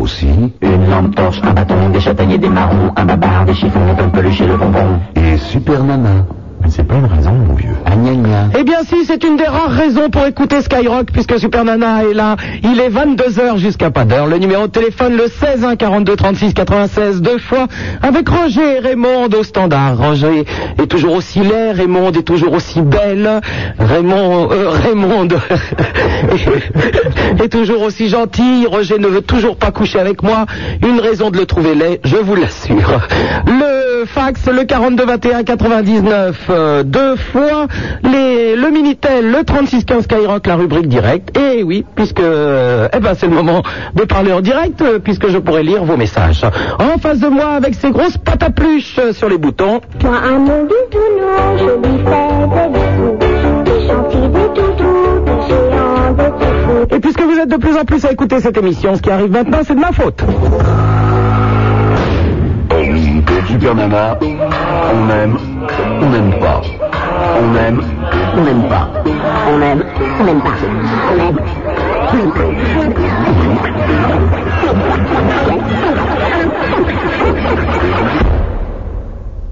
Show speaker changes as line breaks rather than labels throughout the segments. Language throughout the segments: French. aussi.
Une lampe torche, un bâton, des châtaigniers, des marrons, un babar, des chiffons, un peluche et le bonbon.
Et Super Nana.
Mais c'est pas une raison, mon vieux.
Ah, gna, gna.
Eh bien si, c'est une des rares raisons pour écouter Skyrock, puisque Super Nana est là. Il est 22h jusqu'à pas d'heure. Le numéro de téléphone, le 16 1 42 36 96, deux fois, avec Roger et Raymond au standard. Roger est toujours aussi laid, Raymond est toujours aussi belle, Raymond, euh, Raymond est toujours aussi gentil, Roger ne veut toujours pas coucher avec moi. Une raison de le trouver laid, je vous l'assure. Le Euh, fax, le 42 21 99, euh, deux fois, les, le Minitel, le 3615 Skyrock, la rubrique directe. Et oui, puisque euh, eh ben, c'est le moment de parler en direct, euh, puisque je pourrai lire vos messages. En face de moi, avec ces grosses pattes à pluche euh, sur les boutons,
Moi, à mon doudounou, je lui fais des bisous. Des gentils, des doudous, des géants, des petits
Et puisque vous êtes de plus en plus à écouter cette émission, ce qui arrive maintenant, c'est de ma faute.
Super Nana, on aime, on n'aime pas. On aime, on n'aime pas.
On aime, on n'aime pas. On aime.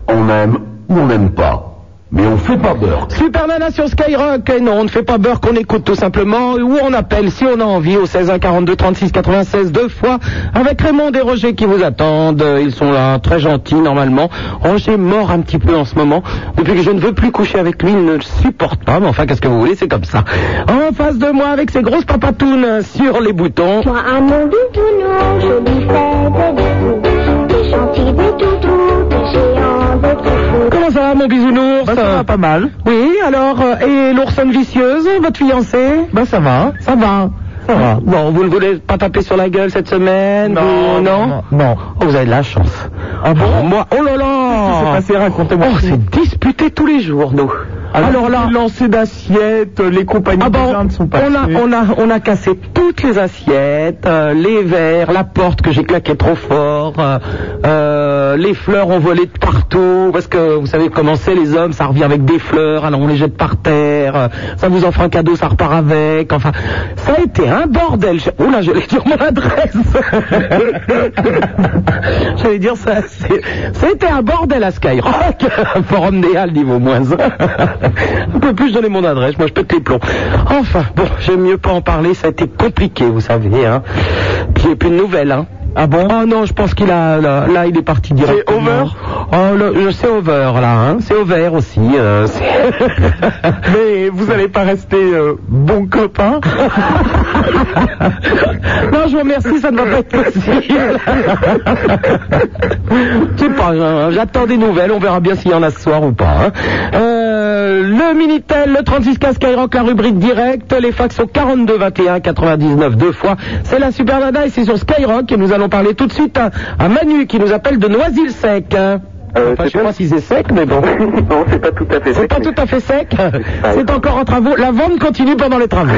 On aime ou on n'aime pas. Mais on fait pas beurre.
Super Nana hein, sur Skyrock, et non, on ne fait pas beurre qu'on écoute tout simplement, ou on appelle si on a envie au 16 1 42 36 96 deux fois, avec Raymond et Roger qui vous attendent, ils sont là, très gentils normalement. Roger mort un petit peu en ce moment, depuis que je ne veux plus coucher avec lui, il ne le supporte pas, mais enfin qu'est-ce que vous voulez, c'est comme ça. En face de moi avec ses grosses papatounes sur les boutons,
Moi, à mon doudounou, je lui fais des bisous. Des gentils, des doudous, des géants, des petits
comment ça va mon bisounours
Bah, ça va pas mal.
Oui, alors, euh, et l'oursonne vicieuse, votre fiancée
Bah, ça va.
Ça va. Ça va. Bon, vous ne voulez pas taper sur la gueule cette semaine vous- non,
Non.
Oh, vous avez de la chance.
Ah bon
Oh, Moi, oh là
Qu'est-ce qui s'est
là
passé Racontez-moi.
On s'est disputé tous les jours, nous.
Ah,
Alors là,
les lancers d'assiettes, euh, les compagnies
ah
de
bon,
ne sont pas.
on, a, on, a, on a cassé toutes les assiettes, euh, les verres, la porte que j'ai claqué trop fort, euh, euh, les fleurs ont volé de partout, parce que vous savez comment c'est les hommes, ça revient avec des fleurs, alors on les jette par terre, euh, ça vous offre un cadeau, ça repart avec, enfin, ça a été un bordel. Je- Oula, j'allais dire mon adresse. j'allais dire ça, c'est- c'était un bordel à Skyrock, forum Néal niveau moins un. un peu plus donner mon adresse, moi je pète les plombs. Enfin, bon, j'aime mieux pas en parler, ça a été compliqué, vous savez, hein. Puis il n'y a plus de nouvelles, hein. Ah bon Oh non, je pense qu'il a, là, là, il est parti directement.
over
Oh, le- je- c'est over, là, hein. C'est over aussi, euh, c'est-
Mais vous allez pas rester euh, bon copain.
Non, je vous remercie, ça ne va pas être possible. C'est pas grave, hein, j'attends des nouvelles, on verra bien s'il y en a ce soir ou pas. hein. Euh, le Minitel, le 36K Skyrock, la rubrique directe, les fax au 42 21 99 deux fois. C'est la Super Nana et c'est sur Skyrock et nous allons parler tout de suite à, à Manu qui nous appelle de Noisy-le-Sec. hein.
Euh, c'est
Enfin, je sais pas
pas-
si c'est sec, mais bon.
non, c'est pas tout à fait
C'est
sec,
pas
mais- Bah
tout à fait sec,
pas
c'est
grave.
encore en travaux. La vente continue pendant les travaux.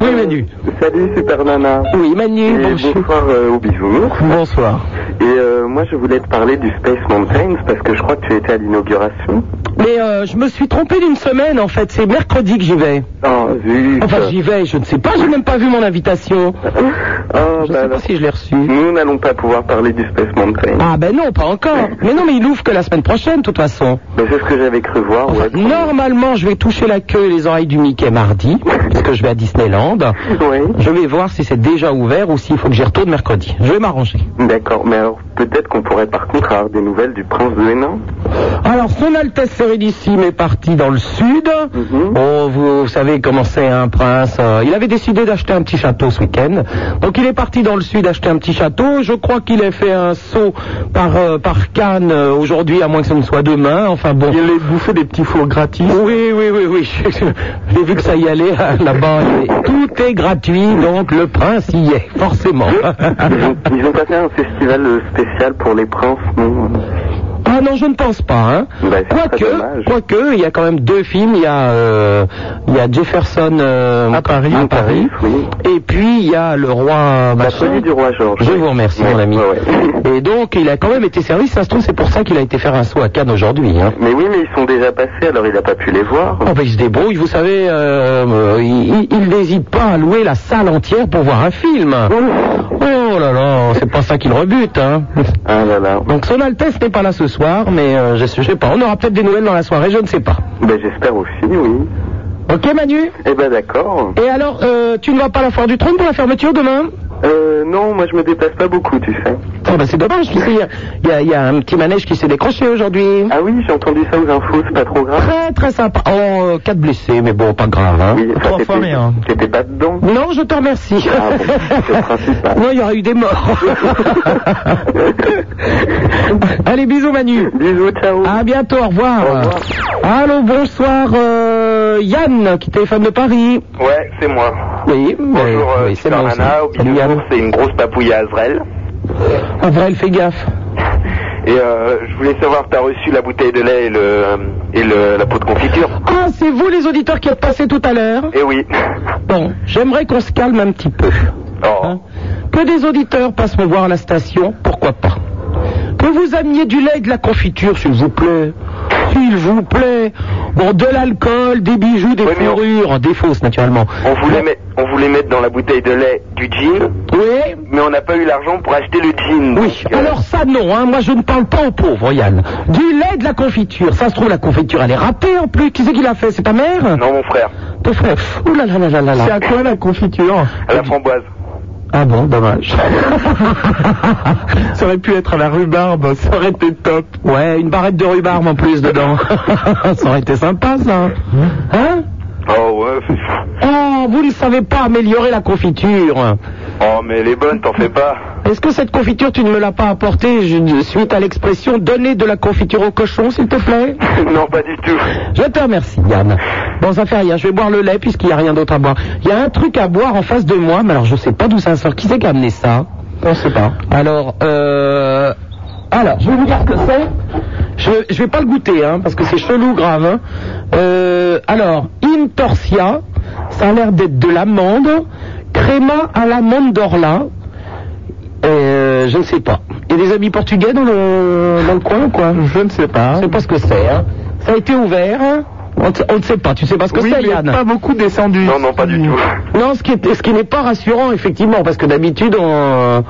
Oui, Manu.
Salut Super Nana.
Oui, Manu,
Et
bonjour.
bonsoir euh, au bisounours.
Bonsoir.
Et euh, moi je voulais te parler du Space Mountains parce que je crois que tu étais à l'inauguration.
Mais euh, je me suis trompé d'une semaine en fait, c'est mercredi que j'y vais.
Oh zut.
Ah, Enfin j'y vais, je ne sais pas, j'ai même pas vu mon invitation.
Oh, bah,
Je ne sais pas
alors,
si je l'ai reçue.
Nous n'allons pas pouvoir parler du Space Mountain.
Ah ben non, pas encore. Mais non, mais il ouvre que la semaine prochaine de toute façon.
Mais Bah, c'est ce que j'avais cru voir.
Enfin,
ouais.
normalement, je vais toucher la queue et les oreilles du Mickey mardi, puisque je vais à Disneyland.
Oui.
Je vais voir si c'est déjà ouvert ou s'il faut que j'y retourne mercredi. Je vais m'arranger.
D'accord. Mais alors peut-être qu'on pourrait par contre avoir des nouvelles du prince de Hénin.
Alors, son Altesse Sérénissime est parti dans le sud.
Mhm.
Bon, vous, vous savez comment c'est un prince. euh, il avait décidé d'acheter un petit château ce week-end. Donc, il est parti dans le sud acheter un petit château. Je crois qu'il a fait un saut par, euh, par Cannes euh, aujourd'hui, à moins que ce ne soit demain. Enfin bon.
Il allait bouffer des petits fours gratis.
Oui, oui, oui, oui. J'ai vu que ça y allait euh, là-bas. Et Tout est gratuit, donc le prince y est, forcément.
Ils ont, ils ont pas fait un festival euh, spécial pour les princes, non
Ah non, je ne pense pas. Hein.
Bah, c'est très
quoique,
dommage.
quoique, il y a quand même deux films. Il y a, euh, il y a Jefferson euh,
À Paris.
à Paris.
Oui.
Et puis il y a le roi
La
machin.
folie du roi Georges.
Je vous remercie,
Ouais,
mon ami.
ouais, ouais.
Et donc, il a quand même été servi. Ça se trouve, c'est pour ça qu'il a été faire un saut à Cannes aujourd'hui. Hein.
Mais oui, mais ils sont déjà passés, alors il n'a pas pu les voir.
Oh, ben, il se débrouille, vous savez, euh, euh, il il- il n'hésite pas à louer la salle entière pour voir un film. Oh là là, c'est pas ça qu'il rebute. Hein.
Ah là là.
Donc son Altesse n'est pas là ce soir, mais euh, je, sais- je sais pas, on aura peut-être des nouvelles dans la soirée, je ne sais pas.
Ben, j'espère aussi, oui.
Ok Manu
Eh ben d'accord.
Et alors, euh, tu ne vas pas à la foire du trône pour la fermeture demain
Euh, non, moi je me déplace pas beaucoup, tu sais.
Oh ben c'est dommage, parce qu'il y a- il y, a- il y a un petit manège qui s'est décroché aujourd'hui.
Ah oui, j'ai entendu ça aux infos, c'est pas trop grave.
Très très sympa. Oh, euh, quatre blessés, mais bon, pas grave. Hein.
Oui, ça,
Trois
t'étais-
fois, mais, hein.
T'étais pas dedans.
Non, je te remercie.
Ah bon, c'est le principal.
non, il y aura eu des morts. Allez, bisous Manu.
Bisous, ciao.
À bientôt, au revoir.
Au revoir.
Allô, bonsoir euh, Yann qui téléphone de Paris.
Ouais, c'est moi.
Oui,
Bonjour,
euh,
euh,
oui, c'est
Super
moi aussi.
Nana. Au
Salut,
milieu de
Yann.
vous, c'est une grosse papouille à Azrael.
Ah, vrai, elle fait gaffe.
Et euh, je voulais savoir, t'as reçu la bouteille de lait et, le, et le, la peau de confiture
Ah, c'est vous les auditeurs qui êtes passés tout à l'heure
Eh oui.
Bon, j'aimerais qu'on se calme un petit peu.
Oh.
hein. Que des auditeurs passent me voir à la station, pourquoi pas Que vous ameniez du lait et de la confiture, s'il vous plaît. S'il vous plaît. Bon, de l'alcool, des bijoux, des
Oui, mais on-
fourrures, des fausses naturellement.
On voulait, mettre, on voulait mettre dans la bouteille de lait du gin,
Oui
mais on n'a pas eu l'argent pour acheter le gin.
Oui,
Donc, euh,
alors ça non, hein. moi je ne parle pas aux pauvres, Yann. Du lait, de la confiture, ça se trouve la confiture elle est ratée en plus, qui c'est qui l'a fait, c'est ta mère
Non, mon frère.
Ton frère, ouh là là là là là là.
C'est à quoi la confiture
À la framboise.
Ah bon, dommage.
Ça aurait pu être à la rhubarbe, ça aurait été top.
ouais, une barrette de rhubarbe en plus dedans. ça aurait été sympa ça. Hein
Oh, ouais.
Oh, vous ne savez pas améliorer la confiture.
Oh, mais elle est bonne, t'en fais pas.
Est-ce que cette confiture, tu ne me l'as pas apportée je- suite à l'expression donner de la confiture au cochon, s'il te plaît
non, pas du tout.
Je te remercie, Yann. Bon, ça fait rien. Je vais boire le lait puisqu'il n'y a rien d'autre à boire. Il y a un truc à boire en face de moi, mais alors je sais pas d'où ça sort. Qui c'est qui a amené ça On sait pas. Alors, euh... Alors, je vais vous dire ce que c'est. Je, je vais pas le goûter, hein, parce que c'est chelou grave. hein. Euh, alors, Intorsia, ça a l'air d'être de l'amande. Créma à l'amande d'Orla. Euh, je ne sais pas. Il y a des amis portugais dans le, dans le coin ou quoi
Je ne sais
je
pas.
ne sais pas ce que c'est. Hein. Ça a été ouvert. hein. On t- on ne sait pas. Tu sais pas ce que
Oui,
c'est,
mais
Yann
pas beaucoup descendu.
Non, non, pas du tout.
Non, ce qui, est- ce qui n'est pas rassurant, effectivement, parce que d'habitude, on,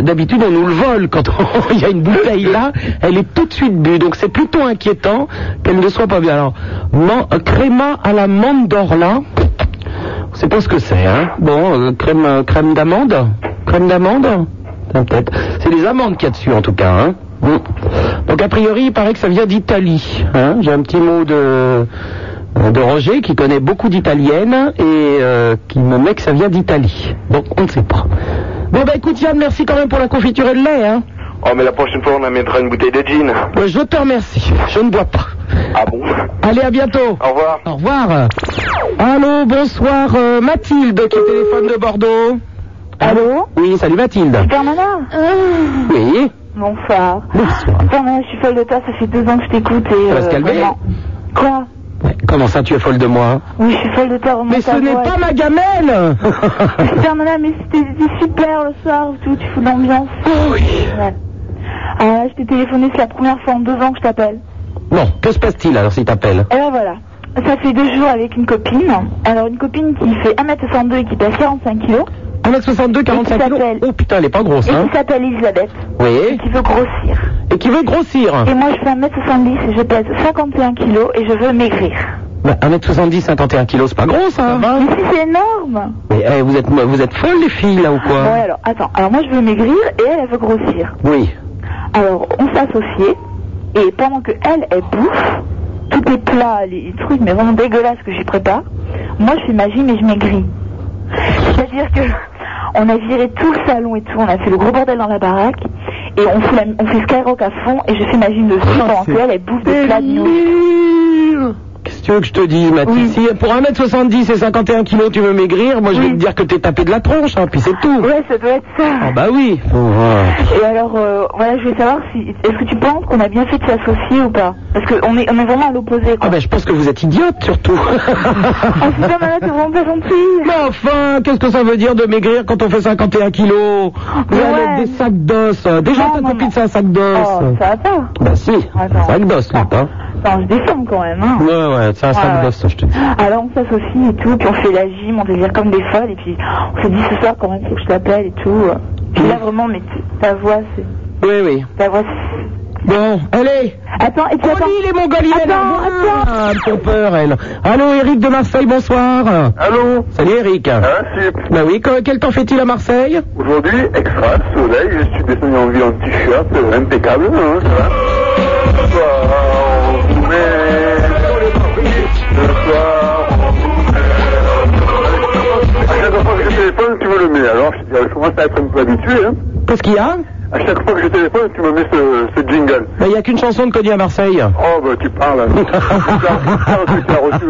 d'habitude, on nous le vole. Quand on- il y a une bouteille là, elle est tout de suite bue. Donc c'est plutôt inquiétant qu'elle ne soit pas bien. Alors, man- euh, créma à la mandorla. On sait pas ce que c'est, hein. Bon, euh, crème, euh, crème d'amande Crème d'amande Ah, Peut-être. C'est les amandes qu'il y a dessus, en tout cas, hein. Mm. Donc, a priori, il paraît que ça vient d'Italie. Hein. J'ai un petit mot de, Euh, de Roger qui connaît beaucoup d'italiennes et euh, qui me met que ça vient d'Italie. Donc, on ne sait pas. Bon, bah écoute, Yann, merci quand même pour la confiture et le lait, hein.
Oh, mais la prochaine fois, on amènera une bouteille de gin.
Euh, Je te remercie. Je ne bois pas.
Ah bon
Allez, à bientôt.
Au revoir.
Au revoir. Allô, bonsoir, euh, Mathilde qui téléphone de Bordeaux. Allô Oui, salut Mathilde.
Bernard
Oui.
Bonsoir.
Bonsoir.
Bernard, je suis folle de toi, ça fait deux ans que je t'écoute et.
Ça va se
euh,
calmer.
vraiment. Quoi
Comment ça, tu es folle de moi
Oui, je suis folle de toi, remonte
Mais ce
à
n'est
moi.
pas ma gamelle
Bernard, mais c'était c'était super le soir, tout, tu fous l'ambiance.
Oui.
Ouais. Ah, je t'ai téléphoné, c'est la première fois en deux ans que je t'appelle.
Bon, que se passe-t-il alors s'il t'appelle
Et ben voilà. Ça fait deux jours avec une copine. Alors, une copine qui fait 1m62 et qui pèse 45 kilos. Et qui
1m62, 45 kilos.
s'appelle
Oh putain, elle est pas grosse,
Et
hein
qui s'appelle Elisabeth.
Oui.
Et qui veut grossir.
Et qui veut grossir
Et moi, je fais 1m70 et je pèse 51 kilos et je veux maigrir.
bah, 1m70, 51 kilos, c'est pas gros ça
Mais si c'est énorme
Mais eh, vous êtes vous êtes folles les filles là ou quoi
Ouais, alors, attends. Alors, moi, je veux maigrir et elle, elle veut grossir.
Oui.
Alors, on s'associait et pendant que elle, elle bouffe tous les plats, les trucs, mais vraiment dégueulasses que j'y prépare, moi, je fais ma gym et je maigris. C'est-à-dire que on a viré tout le salon et tout, on a fait le gros bordel dans la baraque et on fait, la, on fait Skyrock à fond et je fais ma gym dessus pendant que elle, elle bouffe des plats de nouilles.
Qu'est-ce tu veux que je te dise, Mathilde Si pour 1m70 et 51 kg, tu veux maigrir, moi je vais
Oui.
te dire que t'es tapé de la tronche, hein, puis c'est tout.
Ouais, ça doit être ça.
Ah bah oui.
Et alors, euh, voilà, je voulais savoir si. Est-ce que tu penses qu'on a bien fait de s'associer ou pas Parce qu'on est, on est vraiment à l'opposé,
Ah
quoi.
ben je pense que vous êtes idiote surtout.
Ah, c'est pas malade, c'est vraiment pas gentil.
Mais enfin, qu'est-ce que ça veut dire de maigrir quand on fait 51 kilos Vous allez
Ouais.
être des sacs d'os. Déjà,
Non,
ta
non,
copine,
non.
c'est un sac d'os.
Oh, ça va pas.
Bah si, un
Attends.
sac d'os, là, hein.
Enfin, je descends quand même, hein.
Ouais, ouais, c'est un sac
ouais.
d'os, ça, je te dis.
Alors on s'associe et tout, puis on fait la gym, on délire comme des folles, et puis on se dit ce soir quand même faut que je t'appelle et tout. Puis là vraiment, mais t- ta voix, c'est...
Mmh. Oui, oui.
Ta voix, c'est-
Bon, allez
Attends, et puis
On
attends...
dit les Mongoliens
Attends,
là. Ah, elles font peur, elles. Allô, Eric de Marseille, bonsoir
Allô
Salut, Eric
Hein, c'est
Bah oui, que- quel temps fait-il à Marseille
aujourd'hui extra, soleil, je suis descendu en ville en t-shirt, euh, impeccable, hein, ça va Ce soir, on vous met... Ce soir, on vous met... À chaque fois que je téléphone, tu me le mets, alors je, je commence à être un peu habitué, hein.
Qu'est-ce qu'il y a
À chaque fois que je téléphone, tu me mets ce, ce jingle.
Bah, il n'y a qu'une chanson de Cody à Marseille.
Oh, bah tu parles. hein. Tu parles, tu parles, tu as reçu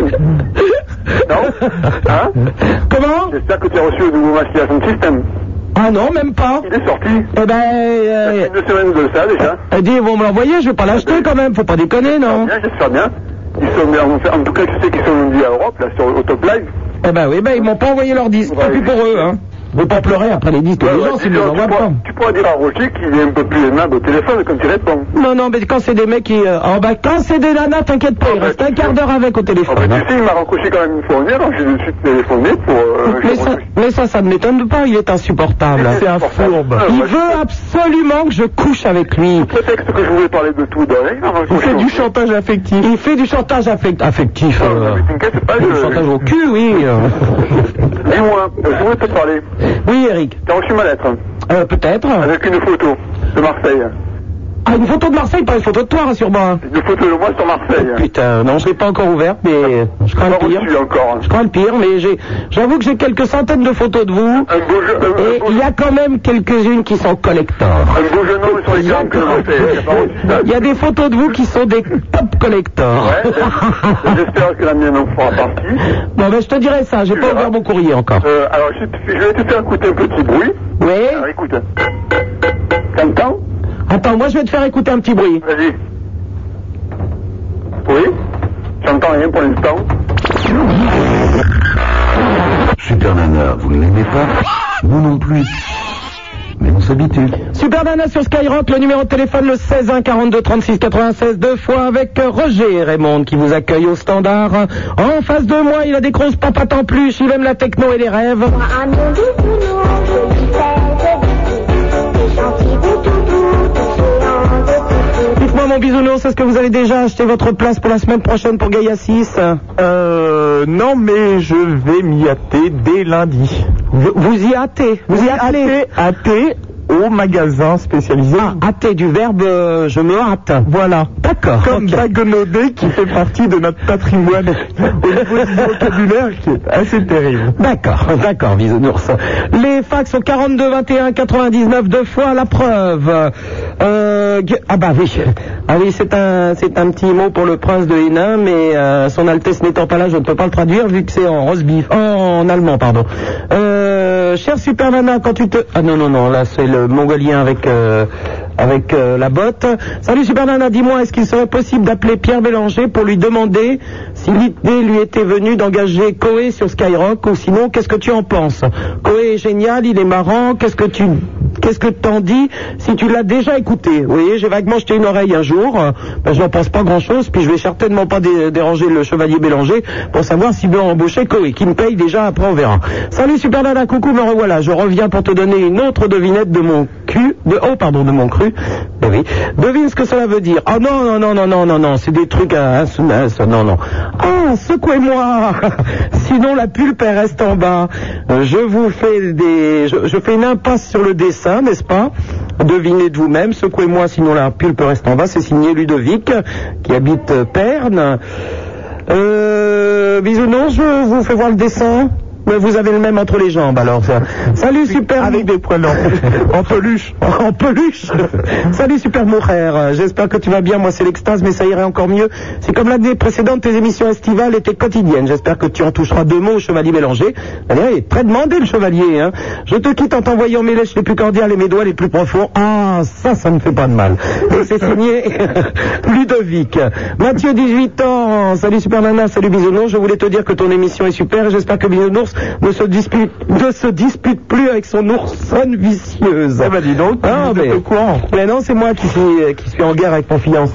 le Non Hein
Comment
J'espère que tu as reçu le nouveau Master System.
Ah non, même pas.
Il est sorti.
Eh ben, euh,
Une semaine de ça déjà.
Elle dit, ils vont me l'envoyer, je vais pas l'acheter quand même, faut pas déconner, non
Bien, j'espère bien. Ils sont bien. En tout cas, tu sais qu'ils sont vendus à Europe, là, sur, au top live.
Eh ben oui, ben ils m'ont pas envoyé leur disque, tant pis pour eux, hein. Vous pas pleurer après les disques
Ouais,
des
ouais,
gens
tu
s'ils ne
pourras-
l'envoient
tu pourras-
pas.
Tu pourras dire à Roger qu'il est un peu plus aimable au téléphone quand il répond.
Non, non, mais quand c'est des mecs qui... euh, oh, bah, quand c'est des nanas, t'inquiète pas, il
bah,
reste un
tu
quart
sais.
d'heure avec au
Ah, bah,
téléphone. hein.
tu sais, il m'a raccroché quand même une fois au nez, alors j'ai tout de suite téléphoné pour. euh,
Mais
je-
ça, mais ça, ça ne m'étonne pas, il est insupportable.
C'est insupportable. Ah,
Il
ouais.
veut absolument que je couche avec lui.
Prétexte que je voulais parler de tout d'un. il m'a raccroché au nez.
chantage affectif. Il fait du chantage affect- affectif.
Ah,
euh,
mais T'inquiète pas,
du chantage
je.
au cul, oui. euh.
Dis-moi, euh, je voulais te parler.
Oui, Eric.
T'as reçu ma lettre
Euh, Peut-être.
avec une photo de Marseille.
Ah, une photo de Marseille, pas une photo de toi, rassure-moi. hein.
Une photo de moi sur Marseille.
Putain, non, je l'ai pas encore ouverte, mais je crains le
Pas
pire.
reçu encore. hein.
Je crains le pire, mais j'ai, j'avoue que j'ai quelques centaines de photos de vous.
Un beau jeu. un- un
Et
beau
il y a quand même quelques-unes qui sont collectors.
Un beau jeune homme sur les gammes que l'on fait. J'ai pas reçu ça.
Il y a des photos de vous qui sont des top collectors.
Ouais, euh, j'espère que la mienne en fera partie.
bon, ben, je te dirai ça, j'ai pas
verras.
ouvert mon courrier encore.
Euh, alors, je, je vais te faire écouter un petit bruit.
Oui
Alors, écoute. T'entends
Attends, moi je vais te faire écouter un petit bruit.
Vas-y. Oui J'entends rien pour l'instant.
Super Nana, vous ne l'aimez pas Nous non plus. Mais on s'habitue.
Super Nana sur Skyrock, le numéro de téléphone le 16 1 42 36 96 deux fois avec euh, Roger et Raymond qui vous accueille au standard. En face de moi, il a des grosses papates en plus, il aime la techno et les rêves.
Ah,
Un bon bisounours, je lui fais des bisous. Des gentils, des toutous, des géants, des toutous.
Dites-moi mon bisounours, est-ce que vous avez déjà acheté votre place pour la semaine prochaine pour Gaïa 6
Euh, non, mais je vais m'y hâter dès lundi.
vous, vous y hâtez, vous y hâtez.
Hâter au magasin spécialisé.
Ah, hâtez du verbe euh, je me hâte.
Voilà.
D'accord.
Comme
ok.
Bagonaudé qui fait partie de notre patrimoine au niveau du vocabulaire qui est assez terrible.
D'accord, d'accord, bisounours. Les fax sont 42, 21, 99, deux fois la preuve. Euh, Gu- ah bah oui, ah oui, c'est un, c'est un petit mot pour le prince de Hénin, mais euh, son Altesse n'étant pas là, je ne peux pas le traduire vu que c'est en roast beef, en allemand, pardon. Euh, cher Supermana, quand tu te, ah non non non, là c'est le mongolien avec. euh, avec euh, la botte. Salut Supernana, dis-moi, est-ce qu'il serait possible d'appeler Pierre Bélanger pour lui demander si l'idée lui était venue d'engager Coé sur Skyrock ou sinon, qu'est-ce que tu en penses Coé est génial, il est marrant, qu'est-ce que tu... Qu'est-ce que t'en dis si tu l'as déjà écouté Vous voyez, j'ai vaguement jeté une oreille un jour, euh, ben, je n'en pense pas grand-chose, puis je vais certainement pas dé- déranger le chevalier Bélanger pour savoir s'il veut embaucher Coé, qui me paye déjà, après on verra. Salut Supernana, coucou, me revoilà, je reviens pour te donner une autre devinette de mon cul, de, oh pardon, de mon cru, ben oui. Devine ce que cela veut dire. Ah non, non, non, non, non, non, non, c'est des trucs à insoumise, non, non. Ah, secouez-moi Sinon la pulpe, elle reste en bas. Euh, Je vous fais des... Je, je fais une impasse sur le dessin, n'est-ce pas Devinez de vous-même, secouez-moi, sinon la pulpe reste en bas. C'est signé Ludovic, qui habite euh, Perne. Euh, bisounours, je vous fais voir le dessin Mais vous avez le même entre les jambes, alors. ça. Salut, super.
Avec des poils en, en peluche.
En peluche Salut Super Mouraire, Euh, j'espère que tu vas bien, moi c'est l'extase mais ça irait encore mieux. C'est comme l'année précédente, tes émissions estivales étaient quotidiennes. J'espère que tu en toucheras deux mots au Chevalier Mélanger. Allez, est très demandé le Chevalier. Hein. Je te quitte en t'envoyant mes lèches les plus cordiales et mes doigts les plus profonds. Ah, ça, ça ne fait pas de mal. Et c'est signé Ludovic. Mathieu, 18 ans. Salut Super Nana, salut Bisounours. Je voulais te dire que ton émission est super et j'espère que Bisounours ne se dispute, ne se dispute plus avec son oursonne vicieuse.
Eh ben dis donc,
Ah,
vous êtes
mais-
au courant.
mais non, c'est moi qui suis, qui suis en guerre avec mon fiancé.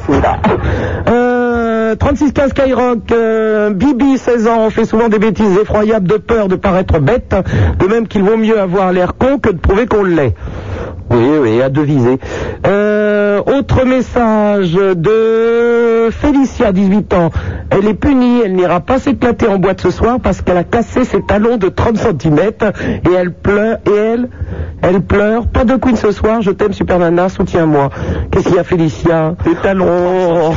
Euh, 3615 Skyrock, euh, Bibi, 16 ans, on fait souvent des bêtises effroyables de peur de paraître bête, de même qu'il vaut mieux avoir l'air con que de prouver qu'on l'est. Oui, oui, à deviser. Euh, autre message de Félicia, 18 ans. Elle est punie, elle n'ira pas s'éclater en boîte ce soir parce qu'elle a cassé ses talons de 30 cm et elle pleure, et elle, elle pleure. Pas de queen ce soir, je t'aime Super Nana, soutiens-moi. Qu'est-ce qu'il y a Félicia Oh. Tes talons.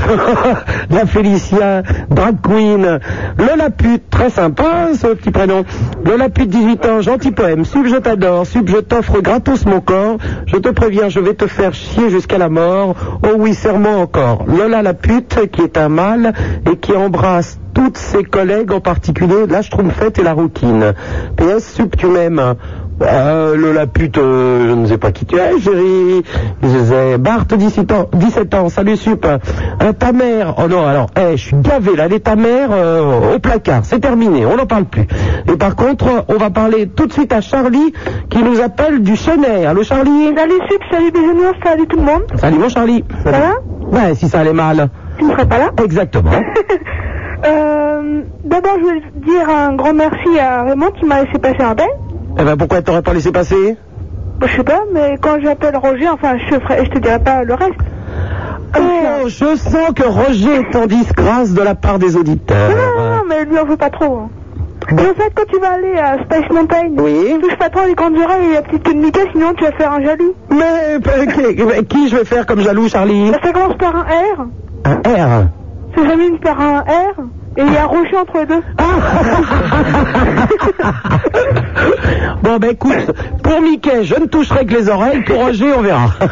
La Félicia, drag queen. Le Lapute, très sympa ce petit prénom. Le Lapute, 18 ans, gentil poème. Sub, je t'adore. Sub, je t'offre gratos mon corps. Je te préviens, je vais te faire chier jusqu'à la mort. Oh oui, serre-moi encore. Lola Lapute, qui est un mâle et qui embrasse toutes ses collègues, en particulier la Schtroumpfette et la Rouquine. PS, Sub, tu m'aimes. Euh, Lola pute, euh, je ne sais pas qui tu es, chérie. Je sais. Bart, 17 ans, 17 ans, salut sup. Euh, ta mère, oh non, alors, eh, je suis gavé, là, les ta mère euh, au placard, c'est terminé, on n'en parle plus. Et par contre, on va parler tout de suite à Charlie, qui nous appelle du Chenet. Allô Charlie
Salut Sup, salut Bisounours, salut tout le monde.
Salut mon Charlie.
Ça va
Ouais, si ça allait mal.
Tu ne serais pas là
Exactement.
Euh, D'abord, je voulais dire un grand merci à Raymond qui m'a laissé passer un appel.
eh ben, pourquoi t'aurais pas laissé passer
Je sais pas, mais quand j'appelle Roger, enfin, je, ferai, je te dirai pas le reste.
Oh, je sens que Roger est en disgrâce de la part des auditeurs.
Non, non, non, mais lui, on veut pas trop. hein. Et au fait, quand tu vas aller à Space Mountain,
Oui
touche pas trop les grandes oreilles et la petite queue de Mickey, sinon tu vas faire un jaloux.
Mais euh, qui, mais qui je vais faire comme jaloux, Charlie
Ça commence par un R,
Un R.
ça termine par un R, et il y a Roger entre les deux.
bon, ben écoute, pour Mickey, je ne toucherai que les oreilles, pour Roger, on verra.
Euh,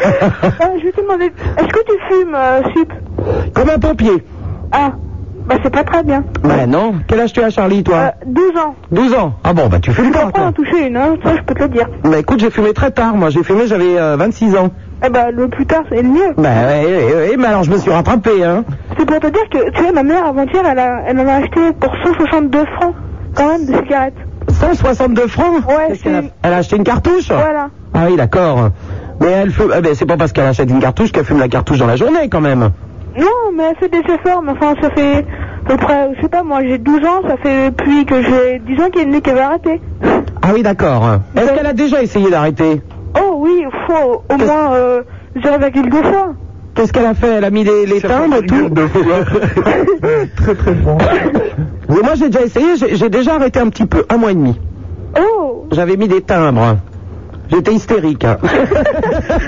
je vais te demander, est-ce que tu fumes, euh, Sup
comme un pompier.
Ah, bah c'est pas très bien.
Ben non. Quel âge tu as, Charlie,
Euh,
toi
12 ans.
12 ans. Ah bon, bah tu fumes pas,
Après, on
toi.
en toucher une, hein, ça je peux te le dire.
Bah écoute, j'ai fumé très tard, moi. J'ai fumé, j'avais euh, 26 ans.
Eh ben, le plus tard, c'est le mieux.
Bah ouais, ouais, ouais, mais alors je me suis rattrapé, hein.
C'est pour te dire que, tu vois, ma mère, avant-hier, elle, a- elle en a acheté pour 162 francs, quand même, de cigarettes.
162 francs
Ouais,
Qu'est-ce qu'elle a-
c'est-
Elle a acheté une cartouche
Voilà.
Ah oui, d'accord. Mais elle fume... Ah ben, c'est pas parce qu'elle achète une cartouche qu'elle fume la cartouche dans la journée, quand même.
Non, mais elle fait des efforts, mais enfin, ça fait à peu près, je sais pas, moi j'ai 12 ans, ça fait depuis que j'ai 10 ans qu'il y a une qu'elle va arrêter.
Ah oui, d'accord. Est-ce
Ouais.
qu'elle a déjà essayé d'arrêter
Oh oui, faut au moins euh, 0,2 fois.
Qu'est-ce qu'elle a fait Elle a mis les, les timbres et tout
hein. très très bon.
Mais Moi, j'ai déjà essayé, j'ai- j'ai déjà arrêté un petit peu, un mois et demi.
Oh
J'avais mis des timbres. J'étais hystérique. hein.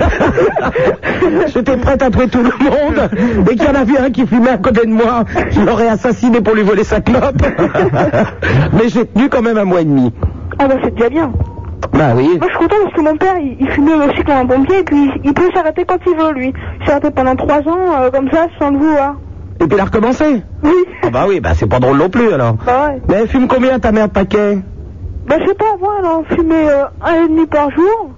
J'étais prête à tuer tout le monde. Dès qu'il y en avait un qui fumait à côté de moi, je l'aurais assassiné pour lui voler sa clope. Mais j'ai tenu quand même un mois et demi.
Ah bah c'est déjà bien.
Bah oui.
Moi je suis contente parce que mon père, il, il fumait aussi comme un pompier et puis il peut s'arrêter quand il veut, lui. Il s'est arrêté pendant 3 ans, euh, comme ça, sans le vouloir.
Et puis elle a recommencé.
Oui,
Ah bah oui, bah c'est pas drôle non plus alors.
bah ouais.
Mais elle fume combien ta mère de paquet
Bah je sais pas, avant elle en fumait euh, un et demi par jour,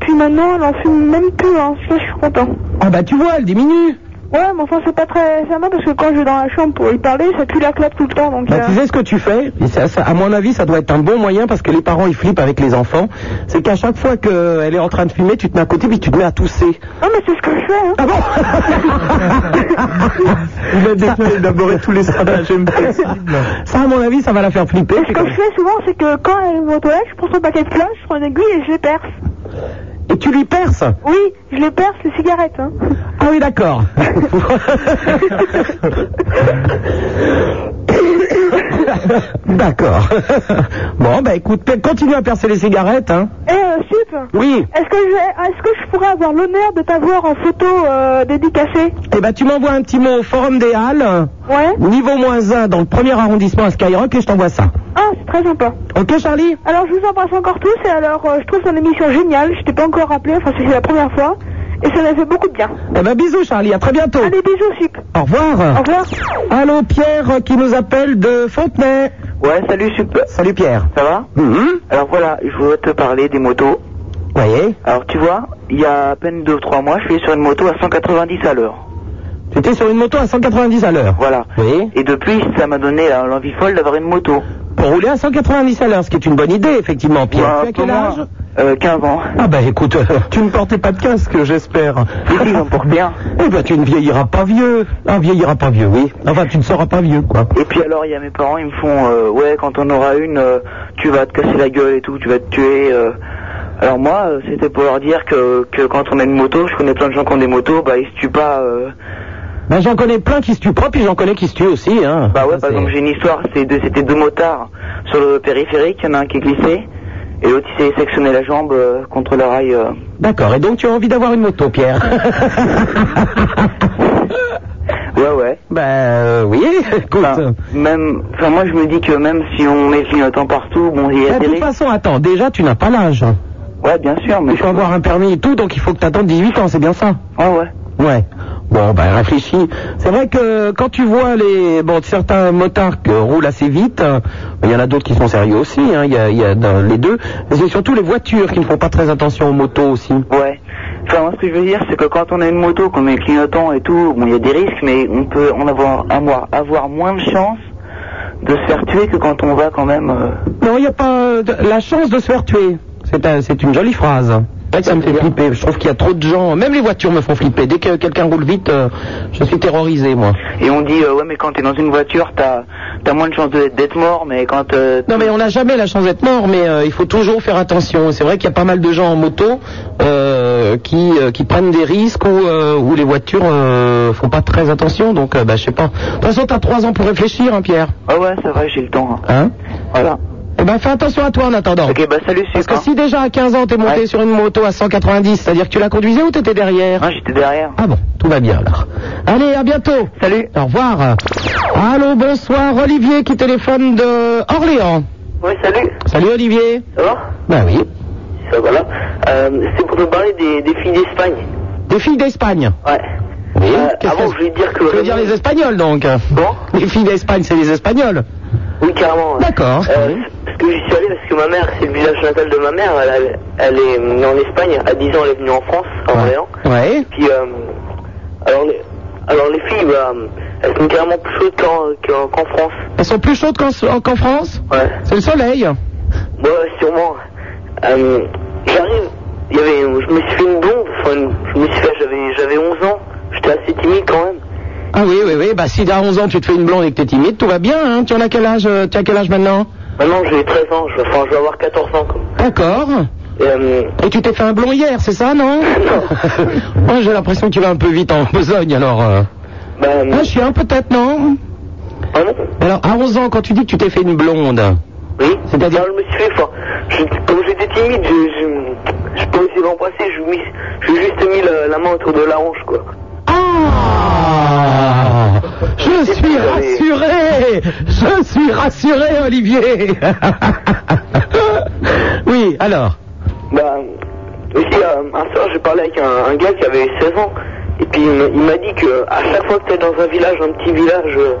puis maintenant elle en fume même plus, hein. Ça, je suis content.
Ah bah tu vois, elle diminue.
Ouais, mais enfin, c'est pas très sympa parce que quand je vais dans la chambre pour y parler, ça pue la clope tout le temps. Donc,
Bah,
euh,
tu sais ce que tu fais Et ça, ça, À mon avis, ça doit être un bon moyen parce que les parents ils flippent avec les enfants. C'est qu'à chaque fois qu'elle est en train de fumer, tu te mets à côté puis tu te mets à tousser.
Non, mais c'est ce que je fais. Hein.
Ah bon
Il a déjà élaboré tous les stratagèmes possibles.
Ça, à mon avis, ça va la faire flipper.
ce que je fais souvent, c'est que quand elle va aux toilettes, je prends son paquet de clopes, je prends une aiguille et je les perce.
Et tu lui perces
Oui, je les perce les cigarettes. Hein.
Ah oui, d'accord. d'accord. bon, bah écoute, pe- continue à percer les cigarettes, hein.
Et euh, Sup,
Oui.
est-ce que, je, est-ce que je pourrais avoir l'honneur de t'avoir en photo euh, dédicacée
Eh ben, tu m'envoies un petit mot au Forum des Halles,
Ouais.
niveau moins 1 dans le premier arrondissement à Skyrock et je t'envoie ça.
Ah, c'est très sympa.
Ok, Charlie
Alors, je vous embrasse encore tous, et alors, euh, je trouve ton émission géniale. Je t'ai pas encore rappelé, enfin, c'est la première fois, et ça m'a fait beaucoup de bien.
Eh ben, bisous, Charlie. À très bientôt.
Allez, bisous, sup.
Au
Au
revoir.
revoir.
Allô, Pierre, euh, qui nous appelle de Fontenay.
Ouais, salut, super.
Salut, Pierre.
Ça va
Mhm.
Alors voilà, je voulais te parler des motos.
Voyez,
Alors tu vois, il y a à peine 2-3 mois, je suis sur une moto à 190 à l'heure.
tu étais sur une moto à 190 à l'heure.
Voilà.
Oui.
Et depuis, ça m'a donné euh, l'envie folle d'avoir une moto.
Pour rouler à 190 à l'heure, ce qui est une bonne idée, effectivement, Pierre.
Ouais,
tu as quel
comment
âge
Euh, 15 ans.
Ah ben, écoute, euh, tu ne portais pas de casque, j'espère.
Et ils m'emportent bien.
Eh ben, tu ne vieilliras pas vieux. Ah, vieilliras pas vieux, oui. Enfin, tu ne seras pas vieux, quoi.
Et puis alors, il y a mes parents, ils me font euh, Ouais, quand on aura une, euh, tu vas te casser la gueule et tout, tu vas te tuer. euh. Alors moi, euh, c'était pour leur dire que, que quand on a une moto, je connais plein de gens qui ont des motos, bah ils se tuent pas. euh.
Ben, j'en connais plein qui se tuent pas, puis j'en connais qui se tuent aussi, hein.
Bah ouais,
Ça,
par exemple,
c'est-
j'ai une histoire, c'est deux- c'était deux motards sur le périphérique, il y en a un qui est glissé, et l'autre il s'est sectionné la jambe euh, contre le rail. euh.
D'accord, et donc tu as envie d'avoir une moto, Pierre
Ouais, ouais.
Ben, euh, oui, écoute.
Enfin, même, enfin moi je me dis que même si on met le clignotant partout, bon il y a
Eh, de toute
télé.
façon, attends, déjà, tu n'as pas l'âge. hein.
Ouais, bien sûr, mais
Il faut avoir un permis et tout, donc il faut que tu attendes 18 ans, c'est bien ça
Ouais, ouais.
Ouais. Bon, ben réfléchis. C'est vrai que quand tu vois les bon certains motards qui roulent assez vite, hein, il y en a d'autres qui sont sérieux aussi. hein, Il y a, il y a dans les deux. Mais c'est surtout les voitures qui ne font pas très attention aux motos aussi.
Ouais. Enfin, moi, ce que je veux dire, c'est que quand on a une moto, qu'on met le clignotant et tout, bon, il y a des risques, mais on peut en avoir, avoir, avoir moins de chances de se faire tuer que quand on va quand même. euh.
Non, il n'y a pas euh, de- la chance de se faire tuer. C'est un- c'est une jolie phrase. C'est vrai que ça me fait flipper. Je trouve qu'il y a trop de gens. Même les voitures me font flipper. Dès que quelqu'un roule vite, euh, je suis terrorisé moi.
Et on dit, euh, ouais, mais quand t'es dans une voiture, t'as as moins de chances de- d'être mort, mais quand. euh,
Non mais on n'a jamais la chance d'être mort, mais euh, il faut toujours faire attention. C'est vrai qu'il y a pas mal de gens en moto euh, qui euh, qui prennent des risques ou euh, où les voitures euh, font pas très attention. Donc euh, bah je sais pas. De toute façon t'as trois ans pour réfléchir, hein, Pierre.
Ah Ouais, ouais, ça va, j'ai le temps. hein.
Hein
Voilà.
Eh ben fais attention à toi en attendant.
Ok, bah salut,
Parce
super.
que si déjà à 15 ans t'es monté
Ouais.
sur une moto à 190, c'est-à-dire que tu la conduisais ou t'étais derrière
Hein, j'étais derrière.
Ah bon, tout va bien alors. Allez, à bientôt.
Salut.
Au revoir. Allô, bonsoir Olivier qui téléphone de Orléans.
Ouais, salut.
Salut Olivier.
Ça va
Ben oui.
Ça va, là. c'est pour te parler des, des filles d'Espagne.
Des filles d'Espagne.
Ouais.
Euh, qu'est-ce
avant,
que-
je voulais dire que.
Tu veux dire les Espagnols donc
Bon.
Les filles d'Espagne, c'est les Espagnols.
Oui, carrément.
D'accord.
Euh, parce que j'y suis allé parce que ma mère, c'est le village natal de ma mère. Elle, elle est née en Espagne. À 10 ans, elle est venue en France, à Orléans.
Ouais.
Puis, euh, alors, les, alors les filles, bah, elles sont carrément plus chaudes qu'en qu'en- qu'en France.
Elles sont plus chaudes qu'en qu'en France
Ouais.
C'est le soleil.
Moi, sûrement. Euh, J'arrive. Il y avait, je me suis fait une blonde. Enfin, une- je me suis fait, j'avais, j'avais 11 ans. J'étais assez timide quand même.
Ah oui, oui, oui. Bah si à 11 ans tu te fais une blonde et que t'es timide, tout va bien. Hein. Tu en as quel âge euh, Tu as quel âge maintenant
Maintenant, j'ai 13 ans. Je, enfin, je vais avoir 14 ans. Comme.
D'accord.
Et, euh,
Et tu t'es fait un blond hier, c'est ça, non Moi j'ai l'impression que tu vas un peu vite en besogne alors. euh.
bah,
Ah, je suis un peut-être, non
ah non.
Alors à 11 ans, quand tu dis que tu t'es fait une blonde,
Oui.
c'est-à-dire...
Non, je me suis fait, enfin, je- comme j'étais timide, je, je, je peux essayer d'en passer, je mis, j'ai juste mis euh, la, la main autour de la hanche, quoi.
Ah Je suis rassuré Je suis rassuré, Olivier Oui, alors
Bah, aussi, euh, un soir, j'ai parlé avec un, un gars qui avait 16 ans, et puis il m'a- il m'a dit que à chaque fois que t'es dans un village, un petit village, euh,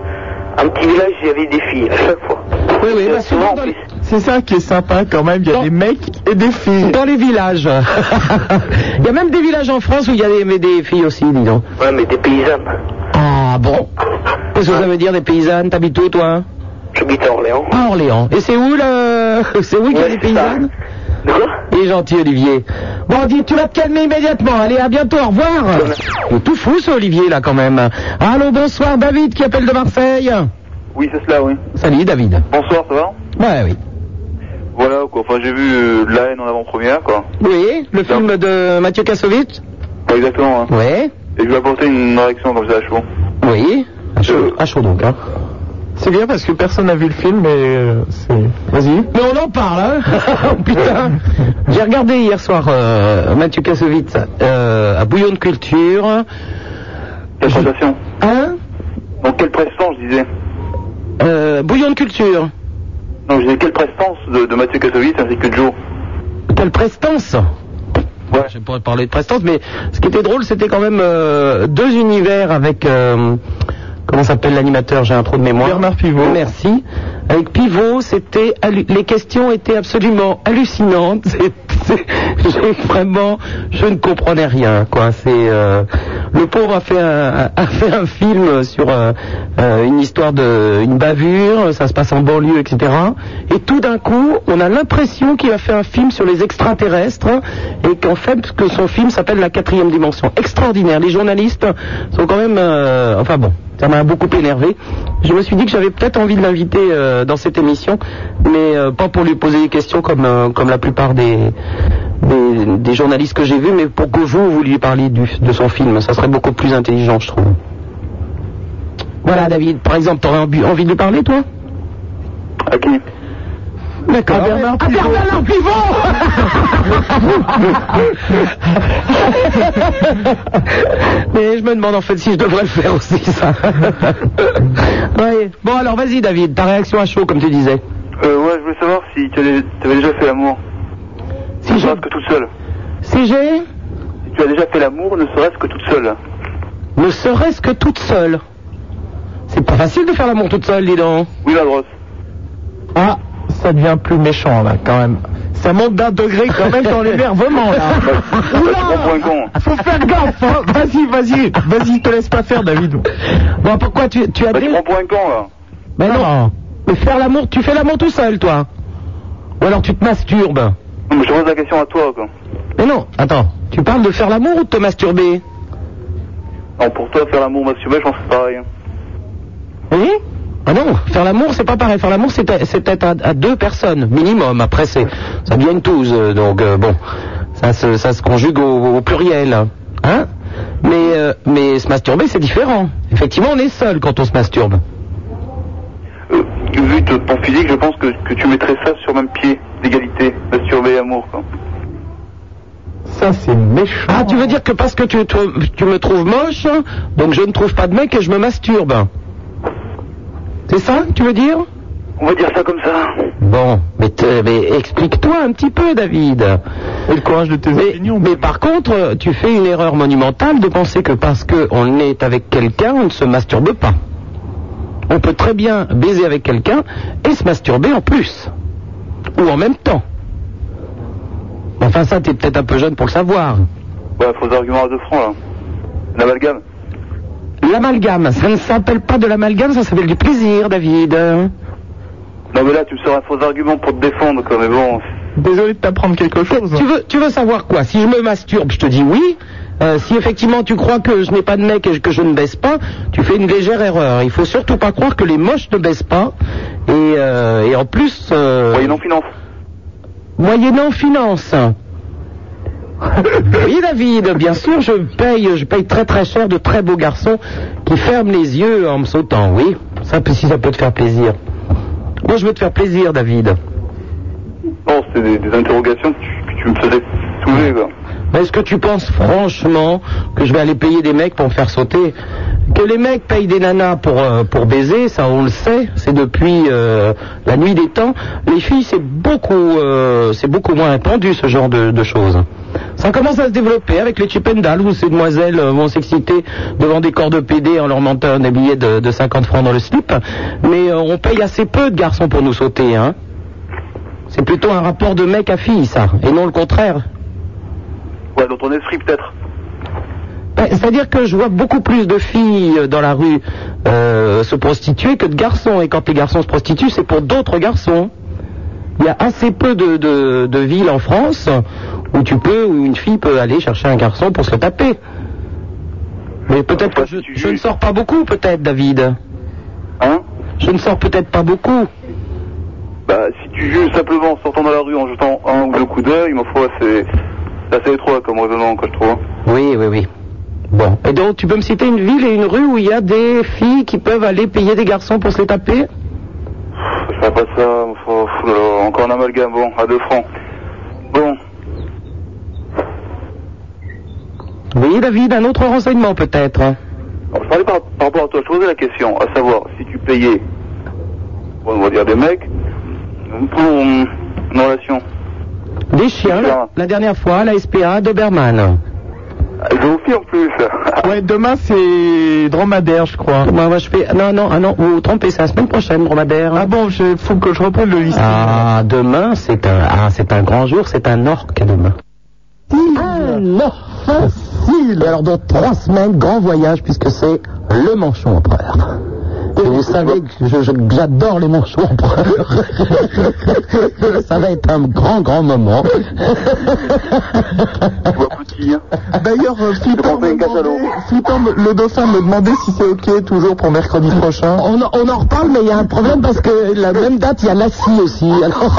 un petit village, il y avait des filles, à chaque fois.
Oui, oui,
Euh,
bah, souvent
souvent,
dans
en
les-
plus.
C'est ça qui est sympa quand même, il y a
Non.
des mecs et des filles.
Dans les villages Il y a même des villages en France où il y a des, mais des filles aussi, dis donc.
Ouais, mais des paysannes.
Ah bon Qu'est-ce que ça veut dire des paysannes T'habites où, toi
J'habite à Orléans.
À Orléans. Et c'est où, le... C'est où qu'il y a
Ouais,
des
c'est ça.
paysannes
De quoi
Il est gentil, Olivier. Bon, dis, tu vas te calmer immédiatement. Allez, à bientôt, au revoir. Il est tout fou, ce Olivier, là, quand même. Allô, bonsoir, David qui appelle de Marseille.
Oui, c'est cela, oui.
Salut, David.
Bonsoir, ça va
Ouais, oui.
Voilà, quoi. Enfin, j'ai vu euh, La haine en avant-première, quoi.
Oui, le film de Mathieu Kassovitz
Pas exactement, hein.
Oui.
Et je vais apporter une réaction comme ça à chaud. Euh,
Oui. À chaud, à chaud, donc, hein.
C'est bien parce que personne n'a vu le film et euh, c'est... Vas-y.
Mais on en parle, hein Oh, Putain J'ai regardé hier soir euh, Mathieu Kassovitz euh, à Bouillon de Culture.
Quelle prestation
Hein
Donc, quelle prestation, je disais
euh, Bouillon de Culture.
Non, Non, je dis quelle prestance de, de Mathieu Kassovitz ainsi que Joe.
Quelle prestance
Ouais.
Je pourrais parler de prestance, mais ce qui était drôle, c'était quand même euh, deux univers avec euh, comment s'appelle l'animateur J'ai un trou de mémoire.
Bernard Pivot.
Merci. Avec Pivot, c'était hallu- les questions étaient absolument hallucinantes. C'est- c'est- j'ai vraiment, je ne comprenais rien. Quoi, c'est euh, le pauvre a fait un, a fait un film sur euh, euh, une histoire de une bavure. Ça se passe en banlieue, etc. Et tout d'un coup, on a l'impression qu'il a fait un film sur les extraterrestres et qu'en fait, que son film s'appelle La quatrième dimension. Extraordinaire. Les journalistes sont quand même, euh, enfin bon, ça m'a beaucoup énervé. Je me suis dit que j'avais peut-être envie de l'inviter euh, dans cette émission, mais euh, pas pour lui poser des questions comme euh, comme la plupart des des, des journalistes que j'ai vus, mais pour que vous vous lui parliez du- de son film. Ça serait beaucoup plus intelligent, je trouve. Voilà, David. Par exemple, t'aurais envie envie de lui parler, toi
À qui
D'accord.
Ah, Bernard
Ah,
Pivot.
Bernard Pivot Mais je me demande en fait si je devrais le faire aussi, ça. Ouais. Bon, alors vas-y, David, ta réaction à chaud, comme tu disais.
Euh, ouais, je voulais savoir si tu avais, t'avais déjà fait l'amour.
Si
Ne
j'ai.
serait-ce que toute seule.
Si j'ai.
Si tu as déjà fait l'amour, ne serait-ce que toute seule.
Ne serait-ce que toute seule. C'est pas facile de faire l'amour toute seule, dis donc.
Oui, la grosse.
Ah, ça devient plus méchant là quand même. Ça monte d'un degré quand même dans
Oh
l'énervement là.
Bah, Prends pour un con.
Faut faire gaffe. hein. Vas-y, vas-y, vas-y, te laisse pas faire David.
Bon, pourquoi tu, tu as
Bah, tu
dit.
prends pour un con, là.
Mais non. Mais faire l'amour, tu fais l'amour tout seul, toi. Ou alors tu te masturbes.
Non, mais je pose la question à toi, quoi.
Mais non, attends, tu parles de faire l'amour ou de te masturber
Non, pour toi, faire l'amour masturber, je pense que c'est pareil. hein.
Oui Ah non, faire l'amour, c'est pas pareil. Faire l'amour, c'est à- c'est peut-être à, à deux personnes, minimum. Après, c'est ça devient une touze, euh, donc euh, bon, ça se, ça se conjugue au, au pluriel. Hein mais, euh, mais se masturber, c'est différent. Effectivement, on est seul quand on se masturbe.
Euh, vu de ton physique, je pense que, que tu mettrais ça sur le même pied d'égalité, masturber et amour, quoi.
Ça c'est méchant.
Ah, tu veux dire que parce que tu, tu- tu me trouves moche, donc je ne trouve pas de mec et je me masturbe C'est ça, tu veux dire
On va dire ça comme ça.
Bon, mais, te- mais explique-toi un petit peu, David.
Et le courage de tes
Mais,
opinions.
mais par contre, euh, tu fais une erreur monumentale de penser que parce qu'on est avec quelqu'un, on ne se masturbe pas. On peut très bien baiser avec quelqu'un et se masturber en plus. Ou en même temps. Enfin, ça, t'es peut-être un peu jeune pour le savoir.
Ouais, faux argument à deux francs, là. L'amalgame.
L'amalgame, ça ne s'appelle pas de l'amalgame, ça s'appelle du plaisir, David.
Non, mais là, tu me sors un faux argument pour te défendre, quoi, mais bon.
Désolé de t'apprendre quelque chose.
Tu veux, tu veux savoir quoi Si je me masturbe, je te dis oui. Euh, si effectivement tu crois que je n'ai pas de mec et que je ne baisse pas, tu fais une légère erreur. Il faut surtout pas croire que les moches ne baissent pas. Et, euh, et en plus, euh,
Voyez, non finance.
moyennant finance. oui David, bien sûr, je paye, je paye très très cher de très beaux garçons qui ferment les yeux en me sautant. Oui, ça, peut- si ça peut te faire plaisir. Moi, je veux te faire plaisir, David.
Non, c'était des, des interrogations que tu, que tu me faisais soulever, quoi.
Mais Est-ce que tu penses franchement que je vais aller payer des mecs pour me faire sauter Que les mecs payent des nanas pour, euh, pour baiser, ça on le sait, c'est depuis euh, la nuit des temps. Les filles, c'est beaucoup, euh, c'est beaucoup moins répandu ce genre de, de choses. Ça commence à se développer avec les chipendales où ces demoiselles euh, vont s'exciter devant des corps de PD en leur mentant des billets de, de 50 francs dans le slip. Mais euh, on paye assez peu de garçons pour nous sauter, hein. C'est plutôt un rapport de mec à fille, ça, et non le contraire.
Ouais, dans ton esprit, peut-être.
Ben, C'est-à-dire que je vois beaucoup plus de filles euh, dans la rue euh, se prostituer que de garçons. Et quand les garçons se prostituent, c'est pour d'autres garçons. Il y a assez peu de, de- de villes en France où tu peux, où une fille peut aller chercher un garçon pour se le taper. Mais peut-être que je, je ne sors pas beaucoup, peut-être, David.
Hein
Je ne sors peut-être pas beaucoup.
Bah, si tu juges simplement en sortant dans la rue en jetant un ou deux coups d'œil, ma foi, c'est c'est assez étroit comme raisonnement, quoi, je trouve. hein.
Oui, oui, oui. Bon. Et donc, tu peux me citer une ville et une rue où il y a des filles qui peuvent aller payer des garçons pour se les taper
Je ferais pas ça, ma foi, pff, là, là, encore un amalgame, bon, à deux francs. Bon,
Oui, David, un autre renseignement peut-être.
Alors, je parlais par, par rapport à toi, je posais la question, à savoir si tu payais, bon, on va dire des mecs, pour euh, une relation.
Des chiens, la- la dernière fois, la SPA, Doberman.
J'ai aussi en plus.
Ouais, demain c'est dromadaire, je crois.
Moi, moi, je fais. Non, non, ah non, vous vous trompez, c'est la semaine prochaine, dromadaire.
Ah bon, il faut que je reprenne le listing.
Ah, demain, c'est un, ah, c'est un grand jour, c'est un orque demain.
Mmh. Facile Alors dans trois semaines, grand voyage, puisque c'est le manchon empereur. Et vous savez que je- je- j'adore les manchons empereurs. Ça va être un grand, grand moment.
Tu vois petit. hein.
D'ailleurs, euh, Flipper,
Bon, ben,
me demandait-
Gazalo.
Flipper, me- le dauphin me demandait si c'est ok toujours pour mercredi prochain.
On, en- on en reparle, mais il y a un problème parce que la même date, il y a la scie aussi. Alors...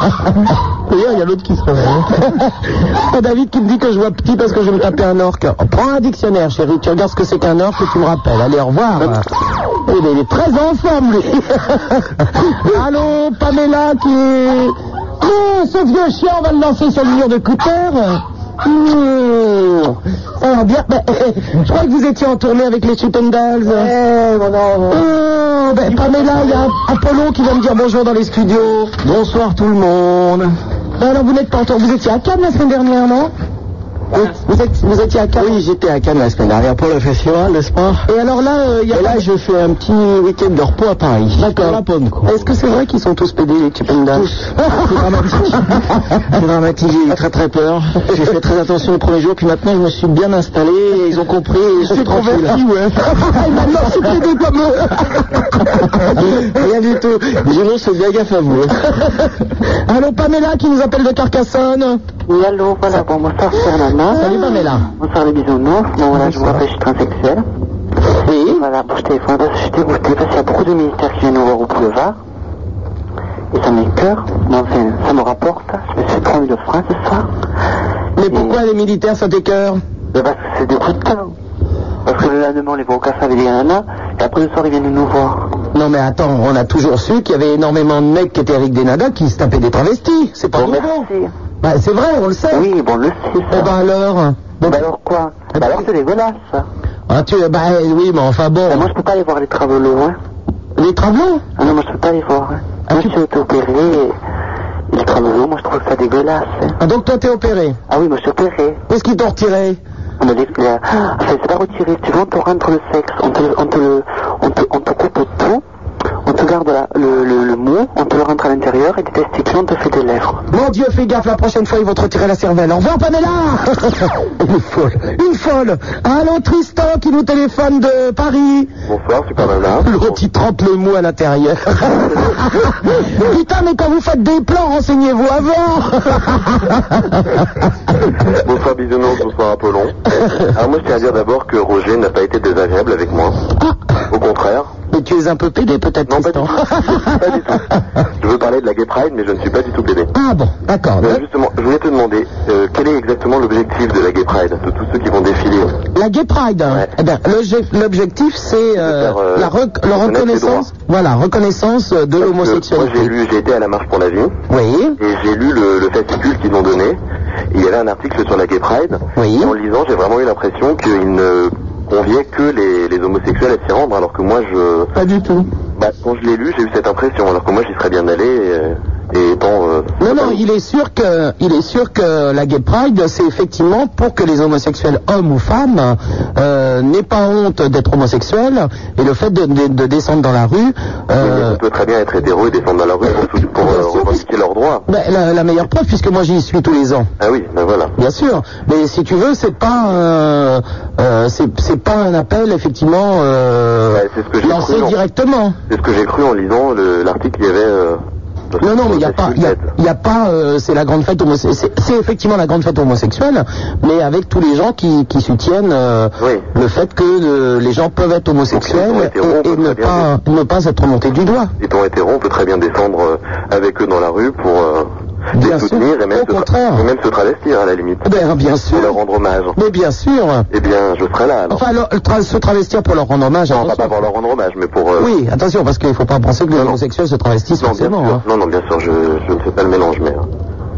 D'ailleurs, il y a l'autre qui se réveille.
Ah, David qui me dit que je vois petit parce que je vais me taper un orque. Prends un dictionnaire, chérie. Tu regardes ce que c'est qu'un orque et tu me rappelles. Allez, au revoir. Il est, il est très en forme, lui. Allô, Pamela qui est... Oh, ce vieux chien, on va le lancer sur le mur de Cooper. Mmh. Ça va bien. Ben, je crois que vous étiez en tournée avec les Shoot'em Dolls. Eh, Oh, ben, Pamela, il y a Apollon qui va me dire bonjour dans les studios. Bonsoir tout le monde. Ben alors vous n'êtes pas en tournée. Vous étiez à Cannes la semaine dernière, non vous, vous êtes- vous étiez à Cannes Oui, j'étais à Cannes la semaine dernière pour le festival, n'est-ce pas Et alors là, euh, il y a là, je fais un petit week-end de repos à Paris. D'accord. La pomme, Est-ce que c'est vrai qu'ils sont tous pédés, les Chipendas Tous. c'est dramatique. c'est dramatique, j'ai eu très très peur. J'ai fait très attention le premier jour, puis maintenant je me suis bien installé, et ils ont compris, et je suis tranquille. ouais. et maintenant je suis pédé comme eux. Rien du tout. J'ai non, c'est bien gaffe à vous. hein. Allô, Pamela qui nous appelle de Carcassonne
Oui, allô, voilà, bon, bonsoir, Fernanda.
Salut Pamela.
Bonsoir, les bisounours. Bon, voilà, je vous rappelle, je suis transsexuel.
Oui.
Voilà, bon, je téléphone parce que je suis dégoûté parce qu'il y a beaucoup de militaires qui viennent nous voir au boulevard. Et ça m'écoeure. Bon, enfin, ça me rapporte. Je me suis promis de France ce soir.
Mais pourquoi les militaires sont des cœurs
Mais parce que ben, c'est dégoûtant. Parce que le lendemain, on les voit au café avec les nanas. Et après le soir, ils viennent nous voir.
Non mais attends, on a toujours su qu'il y avait énormément de mecs qui étaient Eric Denada qui se tapaient des travestis. C'est pas
Bon,
nouveau.
merci.
Bah, c'est vrai, on le sait.
Oui, bon, le sait,
Eh
ça.
ben alors Eh ben, Bon,
Bah alors quoi Bah alors c'est dégueulasse. ça.
ah, tu, bah eh, oui, mais enfin bon.
Bah, moi, je peux pas aller voir les travaux, hein.
Les travaux
Ah non, moi je peux pas les voir. hein.
Ah,
moi
tu-
je suis auto-opéré. et Les travaux, moi je trouve ça dégueulasse. hein.
ah, Donc toi t'es opéré.
Ah oui, moi je suis opéré. Ah,
Qu'est-ce qu'ils t'ont retiré
On me dit que la- Enfin, c'est pas retiré. Tu vois, on te rentre le sexe. On te, on te, le- on te, on te coupe tout. On te garde la- le, le, le mot. On te le rentre à l'intérieur. Et des testicules, on te fait des lèvres.
Mon Dieu, fais gaffe, la prochaine fois ils vont te retirer la cervelle. Au revoir Pamela Une folle. Une folle Allô Tristan qui nous téléphone de Paris
Bonsoir, c'est pas mal là.
L'autre, il trempe le mot à l'intérieur. Putain, mais quand vous faites des plans, renseignez-vous avant.
Bonsoir Bisounours, bonsoir Apollon. Alors moi je tiens à dire d'abord que Roger n'a pas été désagréable avec moi. Au contraire.
Ah. mais tu es un peu pédé, peut-être,
Non, pas du
Tristan.
tout. Pas du tout. Je veux parler de la Gay Pride, mais je ne suis pas du tout bébé.
Ah bon, d'accord.
Euh, justement, je voulais te demander, euh, quel est exactement l'objectif de la Gay Pride, de tous ceux qui vont défiler
La Gay Pride, hein.
Ouais.
Eh ben, l'obje- l'objectif, c'est euh,
faire, euh,
la, rec- la
reconnaître les
reconnaissance,
droits.
voilà, reconnaissance euh, de
Parce que Moi j'ai
l'homosexualité.
lu, j'ai été à la marche pour la vie,
Oui,
et j'ai lu le, le fascicule qu'ils ont donné. Il y avait un article sur la Gay Pride,
Oui.
et en le lisant, j'ai vraiment eu l'impression qu'il ne conviait que les, les homosexuels à s'y rendre, alors que moi je...
pas du tout.
Bah, quand je l'ai lu, j'ai eu cette impression, alors que moi j'y serais bien allé, euh, et, bon... euh,
Non, non, il est sûr que, il est sûr que la Gay Pride, c'est effectivement pour que les homosexuels, hommes ou femmes, euh, n'aient pas honte d'être homosexuels et le fait de, de- de descendre dans la rue. euh,
On peut très bien être hétéro et descendre dans la rue pour, pour, euh,
Bien sûr,
revendiquer leurs droits.
ben, la, la meilleure preuve, puisque moi j'y suis tous les ans,
Ah oui, ben voilà.
bien sûr. Mais si tu veux, c'est pas, euh, euh, c'est c'est pas un appel effectivement euh,
Ouais, c'est ce que j'ai
lancé
cru, non.
directement.
C'est ce que j'ai cru en lisant le- l'article qu'il y avait. euh, dans
Non, non, mais il n'y a
cette
pas, il y a,
tête.
il y a pas, euh, c'est la grande fête homosexuelle, c'est c'est effectivement la grande fête homosexuelle, mais avec tous les gens qui, qui soutiennent euh,
Oui.
le fait que euh, les gens peuvent être homosexuels
Donc, ils sont hétéros,
et, et
on peut
ne,
très bien
pas, ne pas être montés du doigt.
Étant hétéro, on peut très bien descendre euh, avec eux dans la rue pour euh,
Bien
les
sûr,
soutenir et
au
même, se tra-
contraire.
et même se travestir à la limite.
Ben, bien
Pour leur
sûr,
rendre hommage.
mais bien sûr.
Eh bien, je serai là alors.
Enfin, le- le tra- se travestir pour leur rendre hommage.
non, bah, pas,
Ah, attention.
pas pour leur rendre hommage, mais pour. euh,
Oui, attention, parce qu'il ne faut pas penser que les homosexuels se travestissent
Non, bien
forcément.
sûr.
hein.
Non, non, bien sûr, je, je ne fais pas le mélange, mais. euh,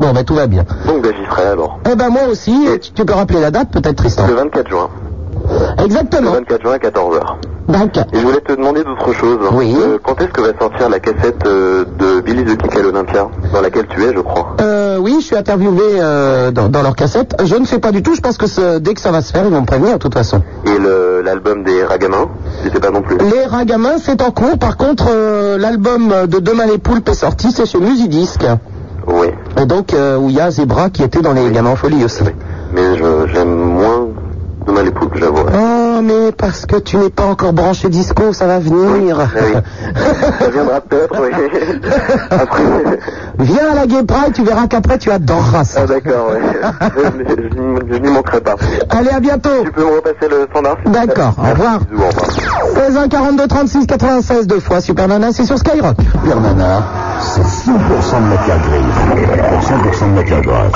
Bon, ben tout va bien.
Donc, ben, j'y serai alors.
Eh ben moi aussi,
Et-
tu, tu peux rappeler la date peut-être Tristan
Le 24 juin. Le
Exactement.
24 juin à 14h.
D'accord.
Et je voulais te demander d'autre chose.
Oui.
Euh, quand est-ce que va sortir la cassette euh, de Billy the Kick à l'Olympia, dans laquelle tu es, je crois
Euh, oui, je suis interviewé euh, dans, dans leur cassette. Je ne sais pas du tout. Je pense que ce- dès que ça va se faire, ils vont me prévenir, de toute façon.
Et le- l'album des Ragamins, je sais pas non plus.
Les Ragamins, c'est en cours. Par contre, euh, l'album de Demain les Poulpes est sorti. C'est chez Musidisc.
Oui.
Et donc, euh, où il y a Zebra qui était dans les Gamins en Folie aussi.
Mais je- j'aime moins Demain les Poulpes, j'avoue.
Oh, mais parce que tu n'es pas encore branché disco, ça va venir.
Ah oui. Ça viendra peut-être, oui. Après.
Viens à la Gay Pride, tu verras qu'après tu adoreras ça.
Ah d'accord, oui. Je, je- je- je n'y manquerai pas.
Allez, à bientôt.
Tu peux me repasser le standard s'il te plaît
D'accord, au revoir.
Bisous, au revoir.
16 1 42 36 96 deux fois Super Nana, c'est sur Skyrock.
Super Nana, c'est 100% de matière grise. 100% de matière grasse.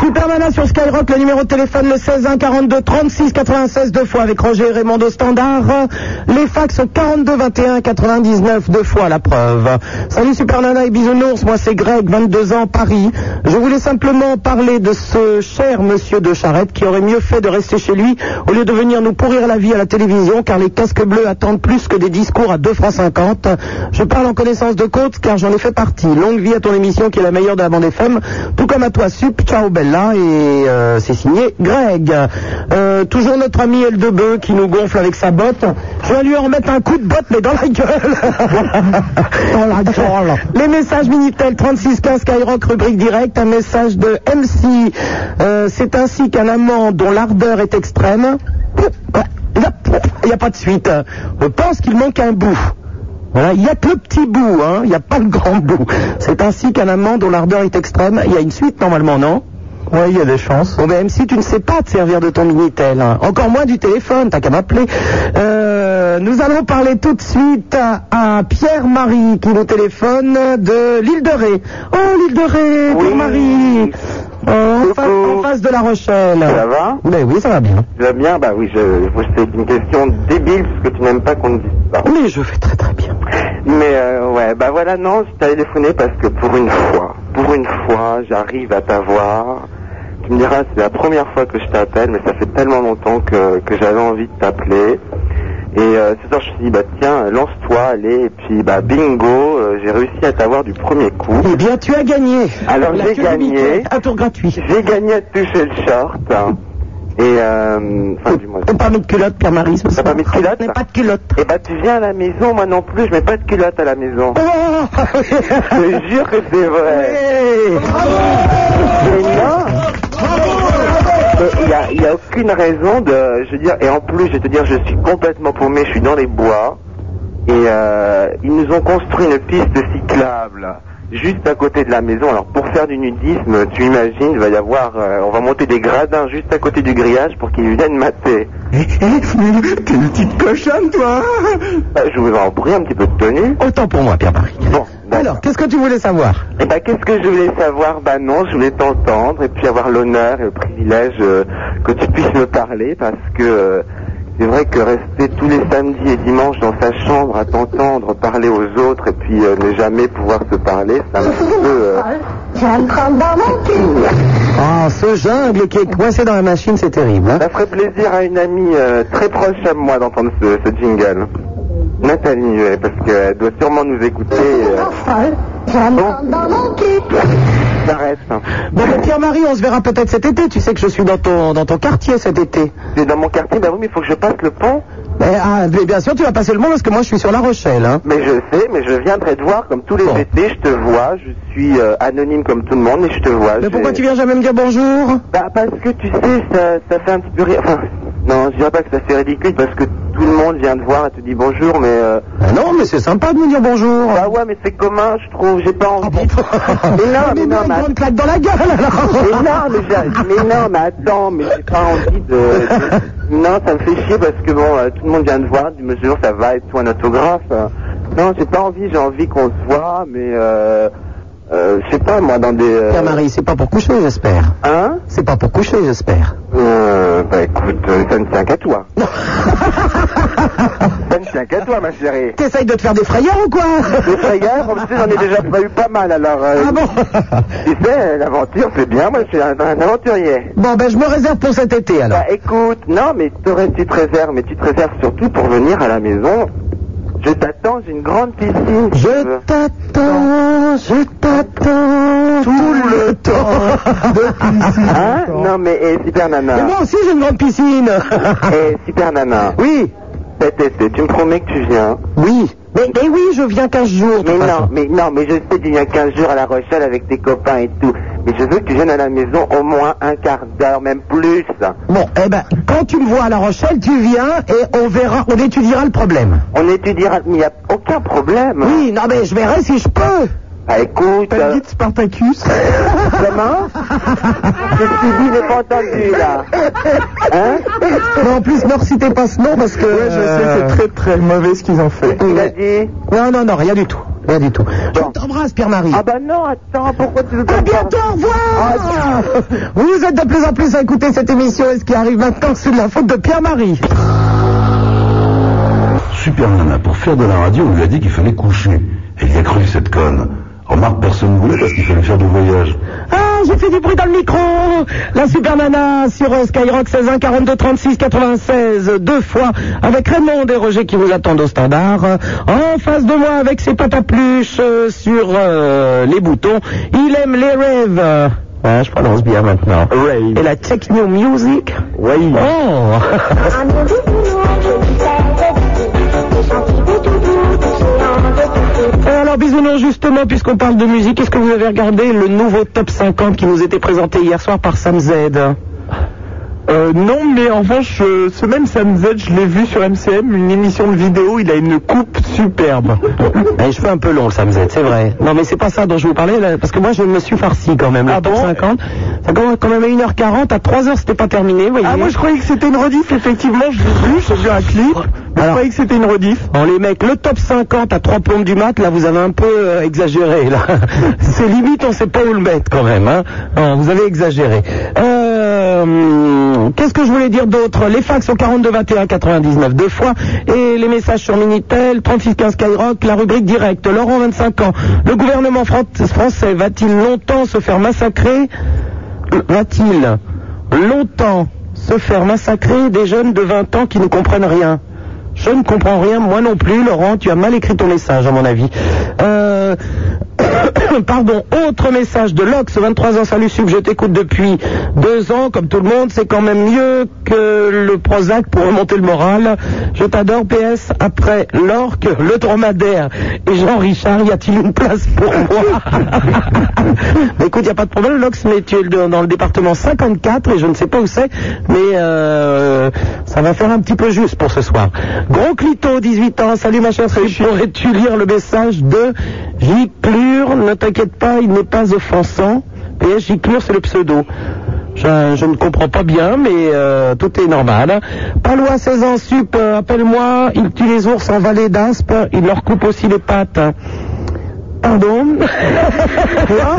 Super Nana sur Skyrock, le numéro de téléphone le 16 1 42 36 96 deux fois avec Roger et Raymond au standard. Les fax au 42 21 99 deux fois la preuve. Salut Super Nana et bisounours, moi c'est Greg, 22 ans, Paris. Je voulais simplement parler de ce cher monsieur de Charette qui aurait mieux fait de rester chez lui au lieu de venir nous pourrir la vie à la télévision car les casques bleus attendent plus que des discours à 2 francs 50. Je parle en connaissance de cause car j'en ai fait partie. Longue vie à ton émission qui est la meilleure de la bande FM, tout comme à toi Sup, ciao Bella et euh, c'est signé Greg. Euh, toujours notre ami L2B qui nous gonfle avec sa botte. Je vais lui en mettre un coup de botte mais dans la gueule. Les messages Minitel 3615 Skyrock rubrique direct, un message de MC. Euh, c'est ainsi qu'un amant dont l'ardeur est extrême. Il n'y a pas de suite. Je pense qu'il manque un bout. Voilà, il n'y a que le petit bout, hein, il n'y a pas le grand bout. C'est ainsi qu'un amant dont l'ardeur est extrême, il y a une suite normalement, non
Oui, il y a des chances.
Bon ben MC, tu ne sais pas te servir de ton Minitel, hein. encore moins du téléphone, t'as qu'à m'appeler. Euh, nous allons parler tout de suite à, à Pierre-Marie qui nous téléphone de l'île de Ré. Oh l'île de Ré, Pierre-Marie Oh, en, face,
Coucou.
en face de La Rochelle.
Ça va
Ben oui, ça va bien.
Tu vas bien Bah oui, je, c'est une question débile parce que tu n'aimes pas qu'on te dise ça.
Mais je vais très très bien.
Mais euh, ouais, bah voilà, non, je t'ai téléphoné parce que pour une fois, pour une fois, j'arrive à t'avoir. Tu me diras, c'est la première fois que je t'appelle, mais ça fait tellement longtemps que, que j'avais envie de t'appeler. Et euh, ce soir, je me suis dit, bah tiens, lance-toi, allez, et puis bah bingo, euh, j'ai réussi à t'avoir du premier coup.
Eh bien tu as gagné.
Alors,
La hein.
j'ai
queue du
gagné.
Minitel, Un tour gratuit.
J'ai gagné à te toucher le short. hein. Et euh, enfin, du moins.
T'as pas mis de culotte, Pierre-Marie, ce soir.
pas mis de culotte
Je n'ai pas de culotte.
Et bah tu viens à la maison, moi non plus, je mets pas de culotte à la maison.
Oh
Je te jure que c'est vrai.
Hey
Mais non Il n'y a, il y a aucune raison de... Je veux dire, et en plus, je vais te dire, je suis complètement paumé, je suis dans les bois. Et euh, ils nous ont construit une piste cyclable juste à côté de la maison. Alors pour faire du nudisme, tu imagines, il va y avoir... euh, on va monter des gradins juste à côté du grillage pour qu'ils viennent mater.
T'es une petite cochonne, toi
Bah, je vous en prie, un petit peu de tenue.
Autant pour moi, Pierre-Marie.
Bon, d'accord.
Alors, qu'est-ce que tu voulais savoir
Eh ben, qu'est-ce que je voulais savoir Bah non, je voulais t'entendre et puis avoir l'honneur et le privilège euh, que tu puisses me parler parce que euh, c'est vrai que rester tous les samedis et dimanches dans sa chambre à t'entendre parler aux autres et puis euh, ne jamais pouvoir se parler, ça m'a un petit peu... euh,
Ah, ce jungle qui est coincé dans la machine, c'est terrible. hein.
ça ferait plaisir à une amie euh, très proche à moi d'entendre ce, ce jingle. Nathalie, ouais, parce qu'elle doit sûrement nous écouter. euh. Bon, j'arrête.
Bon, ben, Pierre-Marie, on se verra peut-être cet été. Tu sais que je suis dans ton, dans ton quartier cet été.
C'est dans mon quartier, bah oui, mais il faut que je passe le pont.
Eh, ah, mais bien sûr, tu vas passer le monde parce que moi, je suis sur La Rochelle. hein.
Mais je sais, mais je viendrai te voir comme tous les
Bon.
étés, je te vois, je suis euh, anonyme comme tout le monde, mais je te vois.
Mais
j'ai-
pourquoi tu viens jamais me dire bonjour
Bah parce que tu sais, ça, ça fait un petit peu rire. Enfin, non, je dirais pas que ça fait ridicule parce que tout le monde vient te voir et te dit bonjour, mais euh,
Ah Non, mais c'est sympa de me dire bonjour.
bah ouais, mais c'est commun, je trouve, j'ai
Ah
pas envie.
Mais
non, mais
moi,
non,
une
mais-
grande claque dans la gueule, alors
Mais non, mais, j'ai- mais non, mais attends, mais j'ai pas envie de, de- Non, ça me fait chier parce que bon, euh, tout le monde vient de voir, tu me jures, ça va, et toi un autographe. euh. Non, j'ai pas envie, j'ai envie qu'on se voit, mais euh, euh, je sais pas, moi, dans des... euh,
Pierre-Marie, c'est pas pour coucher, j'espère.
Hein
C'est pas pour coucher, j'espère.
euh, Bah écoute, euh, ça ne tient qu'à toi. Ben, tiens qu'à toi, ma chérie.
T'essayes de te faire des frayeurs ou quoi
Le frayeur, comme tu sais, j'en ai déjà pas eu pas mal, alors. euh,
Ah bon
Tu sais, l'aventure, c'est bien, moi, je suis un, un aventurier.
Bon, ben je me réserve pour cet été alors.
Bah, écoute, non, mais t'aurais une petite réserve, mais tu te réserves surtout pour venir à la maison. Je t'attends, j'ai une grande piscine. si
Je
tu veux.
t'attends, je t'attends tout le temps.
Hein Non, mais, eh, super nana.
Mais moi aussi j'ai une grande piscine.
Eh, super nana.
oui,
Cet été, tu me promets que tu viens.
oui. Mais, mais oui, je viens 15 jours. de
Mais
toute
non,
façon.
mais non, mais je sais, tu viens 15 jours à La Rochelle avec tes copains et tout. Mais je veux que tu viennes à la maison au moins un quart d'heure, même plus.
Bon, eh ben, quand tu me vois à La Rochelle, tu viens et on verra, on étudiera le problème.
On étudiera, mais il n'y a aucun problème.
Oui, non mais je verrai Ah, si je peux.
Bah écoute, euh,
Spartacus.
comment Je suis dit, j'ai pas entendu là. Hein
Mais en plus, ne recitez pas ce nom parce que.
Ouais, je sais, c'est très très mauvais ce qu'ils ont fait.
euh, Il a dit
Non, non, non, rien du tout. Rien du tout. Je t'embrasse, Pierre-Marie.
Ah bah non, attends, pourquoi tu nous
À bientôt, au
Ah,
revoir Ah, Vous êtes de plus en plus à écouter cette émission et ce qui arrive maintenant, c'est de la faute de Pierre-Marie.
Super Nana, pour faire de la radio, on lui a dit qu'il fallait coucher. Et il y a cru, cette conne. Remarque, personne ne voulait parce qu'il fallait faire du voyage.
Ah, j'ai fait du bruit dans le micro La Super Nana sur euh, Skyrock 16 1 42 36 96 deux fois avec Raymond et Roger qui vous attendent au standard. Euh, En face de moi avec ses pattes à pluche euh, sur euh, les boutons. Il aime les rêves. Euh, ouais, je prononce bien maintenant.
Rave.
Et la techno music.
Oui.
Oh Et alors bisounours justement, puisqu'on parle de musique, est-ce que vous avez regardé le nouveau top 50 qui nous était présenté hier soir par Sam Z
Euh, non, mais en revanche, euh, ce même Sam Z, je l'ai vu sur MCM, une émission de vidéo, il a une coupe superbe.
Les cheveux Eh, un peu longs, le Sam Z, c'est vrai. Non mais c'est pas ça dont je vous parlais, là, parce que moi je me suis farci quand même. Le
Ah
top
bon
50, ça commence quand même à 1h40, à 3h c'était pas terminé, vous voyez.
Ah, moi je croyais que c'était une rediff, effectivement, je l'ai vu, j'ai vu un clip, mais je
Alors.
croyais que c'était une rediff.
Bon les mecs, le top 50 à 3 plombes du mat, là vous avez un peu euh, exagéré. là. C'est limite, on sait pas où le mettre quand même. Hein. Non, vous avez exagéré. Euh, hum, Qu'est-ce que je voulais dire d'autre Les fax au 42 21 99 deux fois et les messages sur Minitel 36 15 Skyrock, la rubrique directe. Laurent 25 ans. Le gouvernement fran- français va-t-il longtemps se faire massacrer Va-t-il longtemps se faire massacrer des jeunes de 20 ans qui ne comprennent rien je ne comprends rien, moi non plus, Laurent, tu as mal écrit ton message, à mon avis. Euh, Pardon, autre message de Lox, 23 ans, salut Sub, je t'écoute depuis deux ans, comme tout le monde, c'est quand même mieux que le Prozac pour remonter le moral. Je t'adore, PS, après l'orque, le dromadaire et Jean-Richard, y a-t-il une place pour moi Bah, Écoute, il n'y a pas de problème, Lox, mais tu es le- dans le département 54 et je ne sais pas où c'est, mais euh, ça va faire un petit peu juste pour ce soir. Gros Clito, 18 ans, salut ma chère, salut, pourrais-tu lire le message de Giclure Ne t'inquiète pas, il n'est pas offensant. PS Giclure, c'est le pseudo. Je, je ne comprends pas bien, mais euh, tout est normal. Palois, 16 ans, sup, euh, appelle-moi, il tue les ours en vallée d'Aspe, il leur coupe aussi les pattes. Pardon